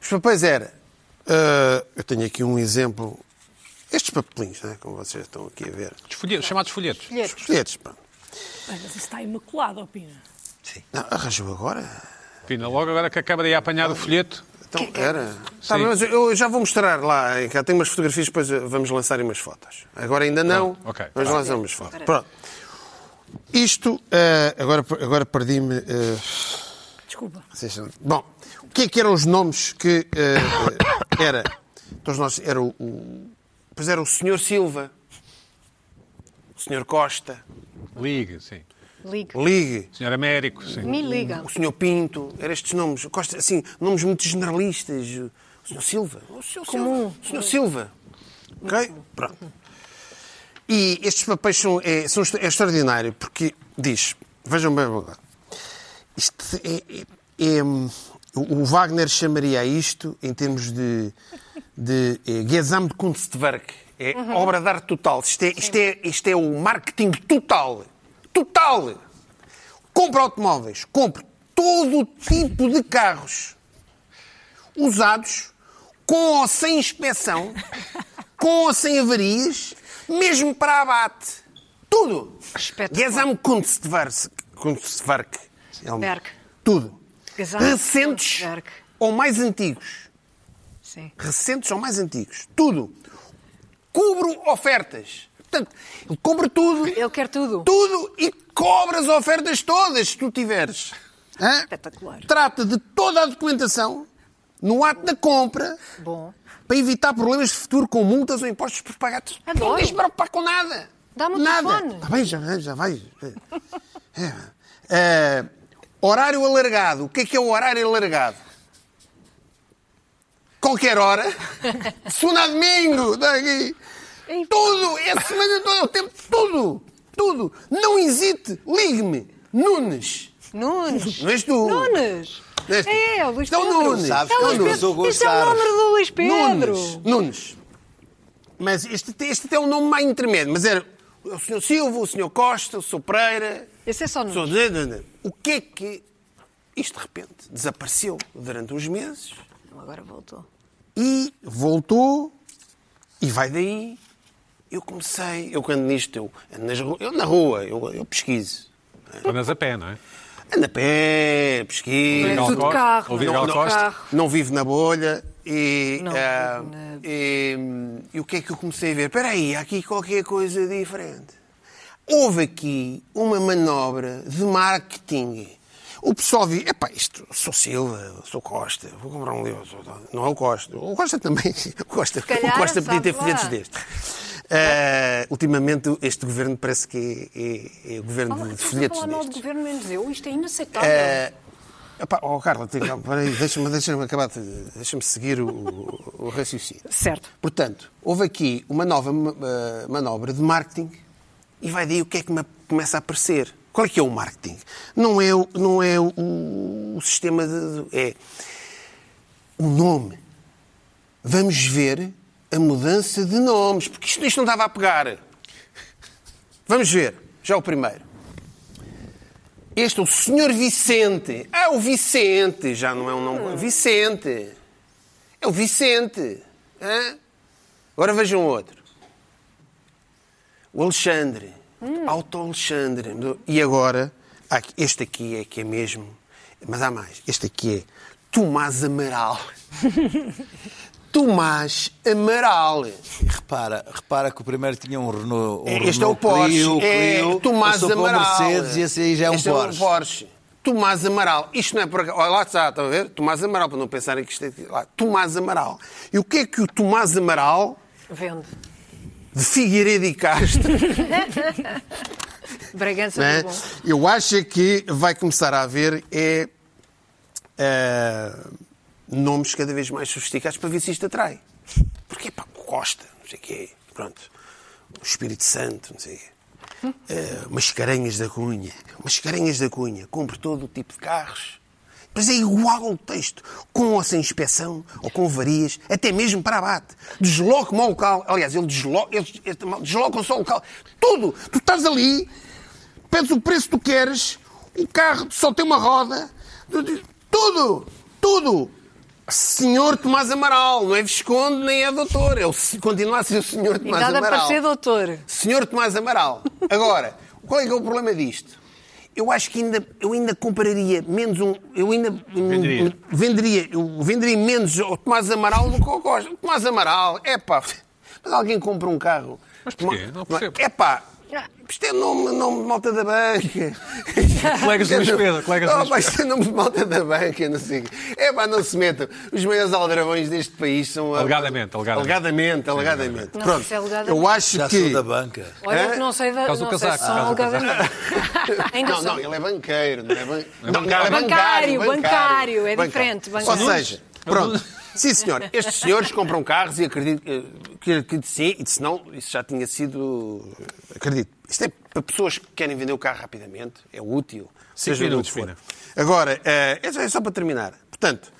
Speaker 2: Os papéis era. uh, eu tenho aqui um exemplo. Estes papelinhos, né, como vocês estão aqui a ver.
Speaker 6: Os folhetos, chamados folhetos.
Speaker 2: Os folhetos, pá.
Speaker 4: Bem, mas isso está imaculado, opina.
Speaker 2: Não, arranjou agora?
Speaker 6: Pina, logo agora que acaba de ir apanhar o folheto.
Speaker 2: Então, era. Tá, mas eu eu já vou mostrar lá. eh, cá Tenho umas fotografias, depois eh, vamos lançar aí umas fotos. Agora ainda não.
Speaker 6: Pronto, ok.
Speaker 2: Vamos lançar umas fotos. Pronto. Isto, eh, agora, agora perdi-me. eh,
Speaker 4: Desculpa.
Speaker 2: vocês são- Bom, o que é que eram os nomes que eh, eh, era? Todos nós era o, o- pois era o Sr. Silva, o Sr. Costa,
Speaker 6: Ligue, sim.
Speaker 7: Liga.
Speaker 2: Ligue,
Speaker 6: Senhor Américo, sim.
Speaker 7: Me liga.
Speaker 2: o Sr. Pinto, eram estes nomes, Costa, assim, nomes muito generalistas. O Sr. Silva, o Sr. Silva, o Sr. Silva. Ok? Pronto. E estes papéis são, é, são extra- é extraordinário, porque diz, vejam bem agora, isto é, é- é- o o Wagner chamaria isto, em termos de, de é, Gesamtkunstwerk, é obra de arte total. Isto é, isto, é, isto é o marketing total. Total! compro automóveis, compro todo o tipo de carros usados, com ou sem inspeção, com ou sem avarias, mesmo para abate. Tudo.
Speaker 7: Espetacular.
Speaker 2: Gesam Kunstwerk. Kunstwerk. Elmo.
Speaker 7: Werk.
Speaker 2: Tudo.
Speaker 7: Gesam
Speaker 2: Recentes
Speaker 7: Kunstwerk.
Speaker 2: ou mais antigos.
Speaker 7: Sim.
Speaker 2: Recentes ou mais antigos. Tudo. Cubro ofertas. Portanto, ele compra tudo.
Speaker 7: Ele quer tudo.
Speaker 2: Tudo e cobra as ofertas todas, se tu tiveres. Hã?
Speaker 7: Espetacular.
Speaker 2: Trata de toda a documentação no ato da compra
Speaker 7: Bom.
Speaker 2: para evitar problemas de futuro com multas ou impostos por pagados.
Speaker 7: Adoro.
Speaker 2: Não tens de preocupar com nada.
Speaker 7: Ah, Dá-me o
Speaker 2: nada.
Speaker 7: telefone.
Speaker 2: Tá bem, já, vai, já vai. É. É, horário alargado. O que é que é o horário alargado? Qualquer hora. Segunda a domingo. Daqui. Tudo. É a semana toda. é O tempo. Tudo. Tudo. Não hesite. Ligue-me. Nunes.
Speaker 7: Nunes.
Speaker 2: Não és tu.
Speaker 7: Nunes.
Speaker 2: Não és tu.
Speaker 7: É, é o Luís
Speaker 2: Isto é o
Speaker 7: Pedro.
Speaker 2: Nunes.
Speaker 7: Isto
Speaker 5: Sabes
Speaker 7: é o
Speaker 5: que
Speaker 7: Luís
Speaker 5: eu
Speaker 7: Pedro.
Speaker 5: sou
Speaker 7: Isto é o
Speaker 5: Gonçalves.
Speaker 7: nome do Luís Pedro.
Speaker 2: Nunes. Nunes. Mas este, este tem um nome mais intermédio. Mas era o Sr. Silva, o Sr. Costa, o Sr. Pereira.
Speaker 7: Esse é só
Speaker 2: o Sr.
Speaker 7: Nunes.
Speaker 2: Zé, Zé, Zé. O que é que isto de repente desapareceu durante uns meses
Speaker 3: Então
Speaker 7: Agora voltou.
Speaker 2: e voltou e vai daí. Eu comecei, eu quando nisto, eu ando nas ru- eu na rua, eu, eu pesquiso.
Speaker 6: Andas a pé, não é?
Speaker 2: Ando a pé, pesquiso.
Speaker 6: Gal
Speaker 3: Tudo
Speaker 6: Costa-
Speaker 3: carro,
Speaker 6: ouvir
Speaker 3: não, Ah.
Speaker 6: Gal
Speaker 3: não.
Speaker 6: Costa.
Speaker 3: Carro.
Speaker 2: não vivo na bolha e,
Speaker 7: Não
Speaker 2: ah,
Speaker 7: vivo na-
Speaker 2: e, e o que é que eu comecei a ver? Espera aí, há aqui qualquer coisa diferente. Houve aqui uma manobra de marketing. O pessoal viu, epá, isto, sou Silva, sou Costa, vou comprar um livro. sou- Não é o Costa. O Costa também. O Costa,
Speaker 7: calhar,
Speaker 2: o Costa podia ter
Speaker 7: sabe lá.
Speaker 2: filhos deste. Ah, ultimamente, este governo parece que é, é- é o governo
Speaker 3: Fala-
Speaker 2: de
Speaker 3: Estás a
Speaker 2: folhetos
Speaker 3: falar mal do
Speaker 2: destes.
Speaker 3: governo, menos eu. Isto é inaceitável.
Speaker 2: Epá, oh, Carla, tem calma, peraí, deixa-me deixa acabar, de- deixa-me seguir o, o- o raciocínio.
Speaker 7: Certo.
Speaker 2: Portanto, houve aqui uma nova eh, manobra de marketing e vai daí o que é que me começa a aparecer. Qual é que é o marketing? Não é, o- não é o, o sistema de. de- É o nome. Vamos ver a mudança de nomes, porque isto, isto não estava a pegar. Vamos ver, já o primeiro. Este é o Senhor Vicente. Ah, o Vicente. Já não é um nome. Vicente. É o Vicente. Hã? Agora vejam outro. O Alexandre. Auto Alexandre. E agora, há aqui- este aqui é que é mesmo. Mas há mais. Este aqui é Tomás Amaral. Tomás Amaral.
Speaker 5: Repara, repara que o primeiro tinha um Renault. Um
Speaker 2: Este é o
Speaker 5: Renault
Speaker 2: Porsche.
Speaker 5: Clio,
Speaker 2: é
Speaker 5: Clio,
Speaker 2: Tomás
Speaker 5: passou para o
Speaker 2: Amaral.
Speaker 5: Mercedes e esse aí já é um
Speaker 2: Este
Speaker 5: Porsche.
Speaker 2: Tomás Amaral. Isto não é por acaso. Olha lá está, estão a ver? Tomás Amaral, para não pensarem que isto é. Lá, Tomás Amaral. E o que é que o Tomás Amaral
Speaker 7: Vende.
Speaker 2: de Figueiredo e Castro,
Speaker 7: Bragança
Speaker 2: né?
Speaker 7: do bom.
Speaker 2: eu acho é que vai começar a haver é, eh, nomes cada vez mais sofisticados para ver se isto atrai. Porque, pá, Costa, não sei o quê, pronto. O Espírito Santo, não sei o quê. Eh, Mascarenhas da Cunha. Mascarenhas da Cunha. Compre todo o tipo de carros. Mas é igual o texto, com ou sem inspeção, ou com varias, até mesmo para abate. Desloque-me ao local. Aliás, ele desloca, eles este mal- deslocam só o local. Tudo! Tu estás ali, pedes o preço que tu queres, o carro só tem uma roda. Tudo! Tudo! Senhor Tomás Amaral, não é Visconde nem é doutor. Ele continua a ser o Senhor
Speaker 7: E
Speaker 2: Tomás
Speaker 7: nada
Speaker 2: Amaral.
Speaker 7: para ser doutor.
Speaker 2: Senhor Tomás Amaral, agora, qual é que é o problema disto? Eu acho que ainda, eu ainda compraria menos um. Eu ainda.
Speaker 6: Venderia.
Speaker 2: venderia eu venderia menos ao Tomás Amaral do que ao Costa. O Tomás Amaral, é pá. Mas alguém compra um carro. Mas
Speaker 6: porquê? Não percebo.
Speaker 2: É pá.
Speaker 3: Ah.
Speaker 2: Isto é nome, nome de malta da banca.
Speaker 6: Colegas de Luís Pedro, colegas de
Speaker 2: Oh,
Speaker 6: Luís
Speaker 2: pá, isto é nome de malta da banca, não sei. o quê. É pá, não se metam. Os maiores aldrabões deste país são. a-
Speaker 6: Alegadamente, alegadamente.
Speaker 2: Alegadamente, alegadamente.
Speaker 7: Não sei
Speaker 2: Pronto.
Speaker 7: se é alegadamente.
Speaker 2: Eu acho
Speaker 5: Já
Speaker 2: que.
Speaker 5: sou da banca.
Speaker 7: Olha,
Speaker 2: Hã?
Speaker 7: que não sei da.
Speaker 6: causa do
Speaker 7: Não sei se
Speaker 6: casaco,
Speaker 7: são
Speaker 6: por causa do
Speaker 7: alegadamente. Ainda
Speaker 2: não,
Speaker 7: são.
Speaker 2: não, ele é banqueiro, não é, ban...
Speaker 6: É
Speaker 2: não, ele é
Speaker 7: bancário, bancário, é diferente, bancário.
Speaker 2: Ou seja, pronto. Sim, senhor. Estes senhores compram carros e acredito eh, que, acredito que sim, e se não, isso já tinha sido. Acredito. Isto é para pessoas que querem vender o carro rapidamente, é útil.
Speaker 6: Cinco
Speaker 2: seja
Speaker 6: minutos,
Speaker 2: o que for.
Speaker 6: Pina.
Speaker 2: Agora, eh, é só- é só para terminar. Portanto,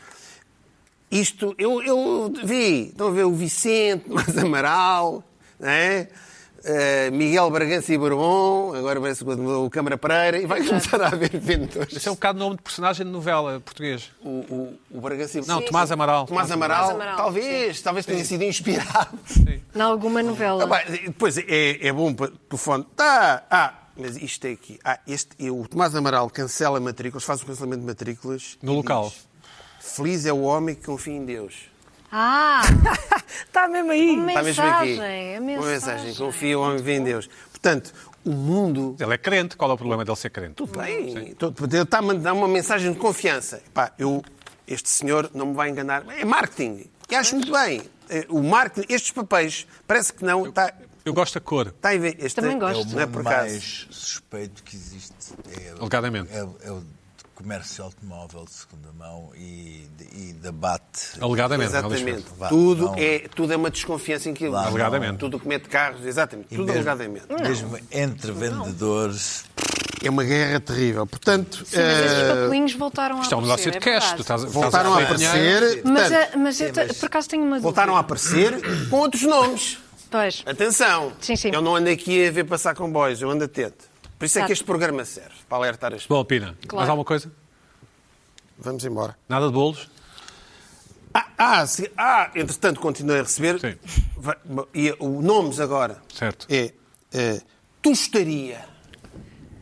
Speaker 2: isto, eu, eu vi, estão a ver o Vicente, mais Amaral, não é? eh, Miguel Bragança e Bourbon, agora parece que mudou o Câmara Pereira, e vai começar a haver vendedores.
Speaker 1: Isso é um bocado nome de personagem de novela português.
Speaker 2: O, o, o Bragança e
Speaker 1: Não,
Speaker 2: Sim,
Speaker 1: Tomás
Speaker 2: sim.
Speaker 1: Amaral.
Speaker 2: Tomás Amaral,
Speaker 3: Tomás Amaral,
Speaker 2: talvez, talvez tenha sido inspirado.
Speaker 8: Em alguma novela.
Speaker 2: Ah, pá, depois é, é bom para o telefone. Tá, ah, mas isto é aqui. Ah, este, o Tomás Amaral cancela matrículas, faz o cancelamento de matrículas.
Speaker 1: No
Speaker 2: e
Speaker 1: local.
Speaker 2: diz, Feliz é o homem que confia em Deus.
Speaker 3: Ah,
Speaker 4: Está mesmo aí.
Speaker 2: Está Tá mesmo aqui.
Speaker 3: Mensagem, a
Speaker 2: Uma
Speaker 3: mensagem.
Speaker 2: mensagem. Confia, o homem vem em Deus. Portanto, o mundo.
Speaker 1: Ele é crente, qual é o problema dele ser crente?
Speaker 2: Tudo bem. Todo- Ele está a mandar uma mensagem de confiança. Pá, eu, este senhor não me vai enganar. É marketing. E acho muito bem. É, O marketing, estes papéis, parece que não. tá, Está,
Speaker 1: Eu gosto da cor,
Speaker 2: está a ver. Este
Speaker 3: Também
Speaker 5: É o
Speaker 3: gosto.
Speaker 2: Não é
Speaker 5: mundo
Speaker 2: por acaso.
Speaker 5: mais suspeito que existe. É, o-
Speaker 1: alegadamente.
Speaker 5: é, o- é o de comércio automóvel de segunda mão e, de- e de abate.
Speaker 1: Alegadamente. não é
Speaker 2: Exatamente.
Speaker 1: Alexandre?
Speaker 5: Vá,
Speaker 2: tudo,
Speaker 5: não.
Speaker 2: é, tudo é uma desconfiança em que
Speaker 5: Vá,
Speaker 1: Alegadamente. não.
Speaker 2: Tudo o que mete carros, exatamente.
Speaker 5: E
Speaker 2: tudo
Speaker 5: mesmo-
Speaker 2: alegadamente.
Speaker 5: Mesmo entre vendedores.
Speaker 2: É uma guerra terrível. Portanto,
Speaker 8: Sim, mas esses
Speaker 2: eh,
Speaker 8: papelinhos voltaram a
Speaker 1: Isto é um
Speaker 8: aparecer.
Speaker 1: negócio de
Speaker 8: é
Speaker 1: cash.
Speaker 8: verdade.
Speaker 1: Tu estás, estás
Speaker 2: voltaram a
Speaker 1: receber dinheiro.
Speaker 2: aparecer.
Speaker 8: Mas,
Speaker 2: portanto,
Speaker 3: eh,
Speaker 8: a- mas eu te- por acaso tenho uma dúvida.
Speaker 2: voltaram a aparecer com outros nomes.
Speaker 8: Pois.
Speaker 2: Atenção.
Speaker 8: Sim, sim.
Speaker 2: Eu não ando aqui a ver passar comboios, eu ando atento. Por isso é que
Speaker 8: Exato.
Speaker 2: este programa serve, para alertar as pessoas.
Speaker 1: Bom, Pina, mais
Speaker 3: Claro.
Speaker 1: alguma coisa?
Speaker 2: Vamos embora.
Speaker 1: Nada de bolos?
Speaker 2: Ah, ah, se- ah, entretanto, continuei a receber.
Speaker 1: Sim.
Speaker 2: Va- e o nomes agora
Speaker 1: Certo.
Speaker 2: é eh, Tostaria.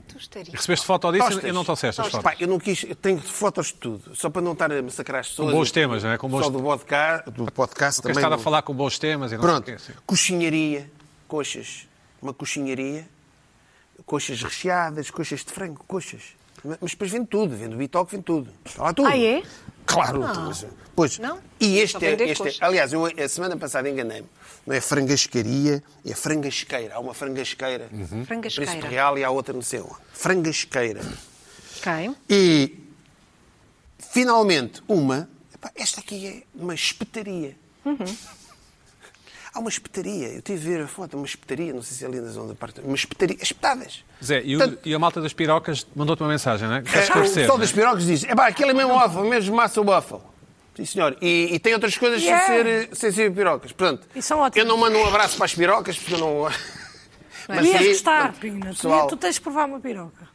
Speaker 3: Tu estarias.
Speaker 1: Recebeste foto disso
Speaker 2: Tostas.
Speaker 1: e não trouxeste as
Speaker 2: Tostas.
Speaker 1: fotos.
Speaker 2: Pá, eu não quis, eu tenho fotos de tudo, só para não estar a massacrar as pessoas.
Speaker 1: bons temas, não é? Com bons-
Speaker 2: Só do podcast, do
Speaker 1: Queres
Speaker 2: podcast também.
Speaker 1: estar a
Speaker 2: não-
Speaker 1: falar com bons temas e não
Speaker 2: Pronto,
Speaker 1: sei o quê, sim.
Speaker 2: coxinharia, coxas, uma coxinharia, coxas recheadas, coxas de frango, coxas. Mas mas depois vende tudo, vende o bitoque, vende tudo. Está lá tudo.
Speaker 3: Ah, é?
Speaker 2: Claro. então, mas- Pois.
Speaker 3: Não?
Speaker 2: E
Speaker 3: Só
Speaker 2: este é,
Speaker 3: vender
Speaker 2: este é-
Speaker 3: coxas.
Speaker 2: Aliás, eu a semana passada enganei-me. Não é frangascaria, é frangasqueira. Há uma frangasqueira. no Príncipe
Speaker 3: Uhum. Frangasqueira.
Speaker 2: Real e há outra no seu. Frangasqueira.
Speaker 3: Ok.
Speaker 2: E, finalmente, uma. Epá, Esta aqui é uma espetaria. Há uma espetaria. Eu tive a ver a foto, uma espetaria, não sei se é ali na zona da parte. Uma espetaria. Espetadas.
Speaker 1: Zé, e, o-
Speaker 2: Portanto,
Speaker 1: e a malta das pirocas mandou-te uma mensagem, não é?
Speaker 2: é,
Speaker 1: Queres
Speaker 2: o
Speaker 1: esclarecer?
Speaker 2: pessoal
Speaker 1: não é?
Speaker 2: das pirocas diz: é pá, aquele é mesmo waffle, mesmo massa waffle. Sim, senhor. E, e tem outras coisas
Speaker 4: Yeah.
Speaker 2: sem, ser, sem ser pirocas. Portanto,
Speaker 4: E são ótimas.
Speaker 2: eu não mando um abraço para as pirocas, porque eu não.
Speaker 4: Tu ias
Speaker 2: aí,
Speaker 4: gostar,
Speaker 2: portanto,
Speaker 4: Pina. Tu-
Speaker 2: é pessoal,
Speaker 4: Tu tens de provar uma piroca.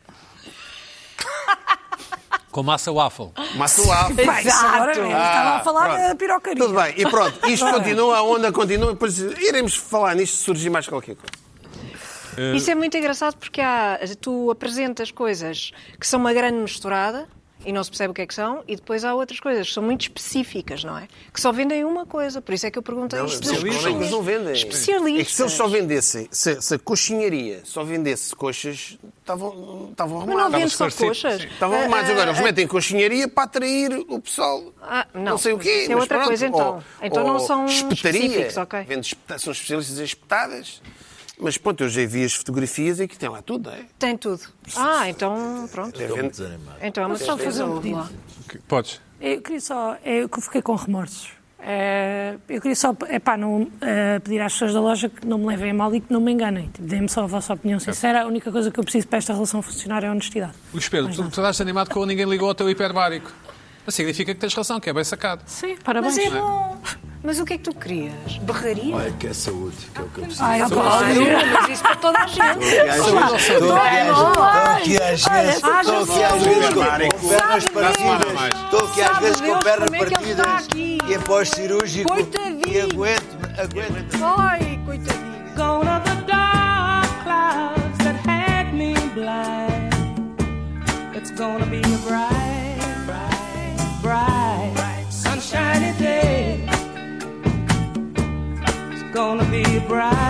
Speaker 1: Com massa waffle.
Speaker 2: Massa waffle.
Speaker 4: Pá, isso agora
Speaker 3: Exato.
Speaker 4: mesmo. Estava a falar
Speaker 2: pronto.
Speaker 4: da pirocaria.
Speaker 2: Tudo bem, e pronto, isto continua, a onda continua, depois iremos falar nisto se surgir mais qualquer coisa.
Speaker 3: Isso é muito engraçado porque há, tu apresentas coisas que são uma grande misturada e não se percebe o que é que são, e depois há outras coisas que são muito específicas, não é? Que só vendem uma coisa, por isso é que eu perguntei isto das
Speaker 2: Os
Speaker 1: especialistas.
Speaker 2: colegas
Speaker 3: coxinhas.
Speaker 2: não vendem.
Speaker 3: Especialistas.
Speaker 2: É que se eles só vendessem, se, se a coxinharia só vendesse coxas, estavam estavam
Speaker 3: Mas não
Speaker 2: arrumados.
Speaker 3: vende só Eh,
Speaker 1: esclarecido,
Speaker 3: coxas.
Speaker 1: sim.
Speaker 2: tipo. Estavam arrumados. Agora, eles metem coxinharia para atrair o pessoal.
Speaker 3: Ah, não,
Speaker 2: não, sei o quê.
Speaker 3: isso é
Speaker 2: mas
Speaker 3: outra
Speaker 2: pronto.
Speaker 3: coisa, então.
Speaker 2: Ou-
Speaker 3: Então não
Speaker 2: ou
Speaker 3: são
Speaker 2: espetaria.
Speaker 3: específicos, ok.
Speaker 2: Vende espeta- são especialistas em espetadas. Mas pronto, eu já vi as fotografias e que tem lá tudo, não é?
Speaker 3: Tem tudo. Ah, então pronto.
Speaker 2: Tem vende-
Speaker 3: Então é uma
Speaker 4: Posso só fazer um
Speaker 3: surpresa. Vamos lá.
Speaker 1: Que- Podes.
Speaker 4: Eu queria só. Eu que fiquei com remorsos. Eh, eu queria só epá, não, eh, pedir às pessoas da loja que não me levem a mal e que não me enganem. Tipo, Deem-me só a vossa opinião sincera. A única coisa que eu preciso para esta relação funcionar é a honestidade.
Speaker 1: Luís Pedro, tu,
Speaker 4: Mais
Speaker 1: tu
Speaker 4: nada.
Speaker 1: estás animado com ninguém ligou ao teu hiperbárico. Mas significa que tens razão, que é bem sacado.
Speaker 4: Sim, parabéns.
Speaker 3: Mas é bom. Mas o que é que tu querias? Berraria?
Speaker 5: Olha, que é saúde, que é o que eu preciso.
Speaker 4: Ai,
Speaker 3: Ah,
Speaker 4: pá,
Speaker 3: Bruno, mas isso para toda a gente.
Speaker 5: Estou aqui às vezes,
Speaker 3: Olha,
Speaker 5: estou aqui às
Speaker 3: saúde.
Speaker 5: vezes com com pernas
Speaker 3: Sabe
Speaker 1: Deus.
Speaker 5: partidas, estou aqui às
Speaker 3: Sabe
Speaker 5: vezes com
Speaker 3: Deus
Speaker 5: pernas
Speaker 3: como é que ele está
Speaker 5: partidas
Speaker 3: aqui.
Speaker 5: e é pós-cirúrgico e
Speaker 3: Coitadinho.
Speaker 5: aguento-me, aguento-me.
Speaker 3: Ai, coitadinho.
Speaker 9: Gone are the dark clouds that had me blind. It's gonna be a bright, bright, bright, bright, sunshiny day. It's gonna be a bright.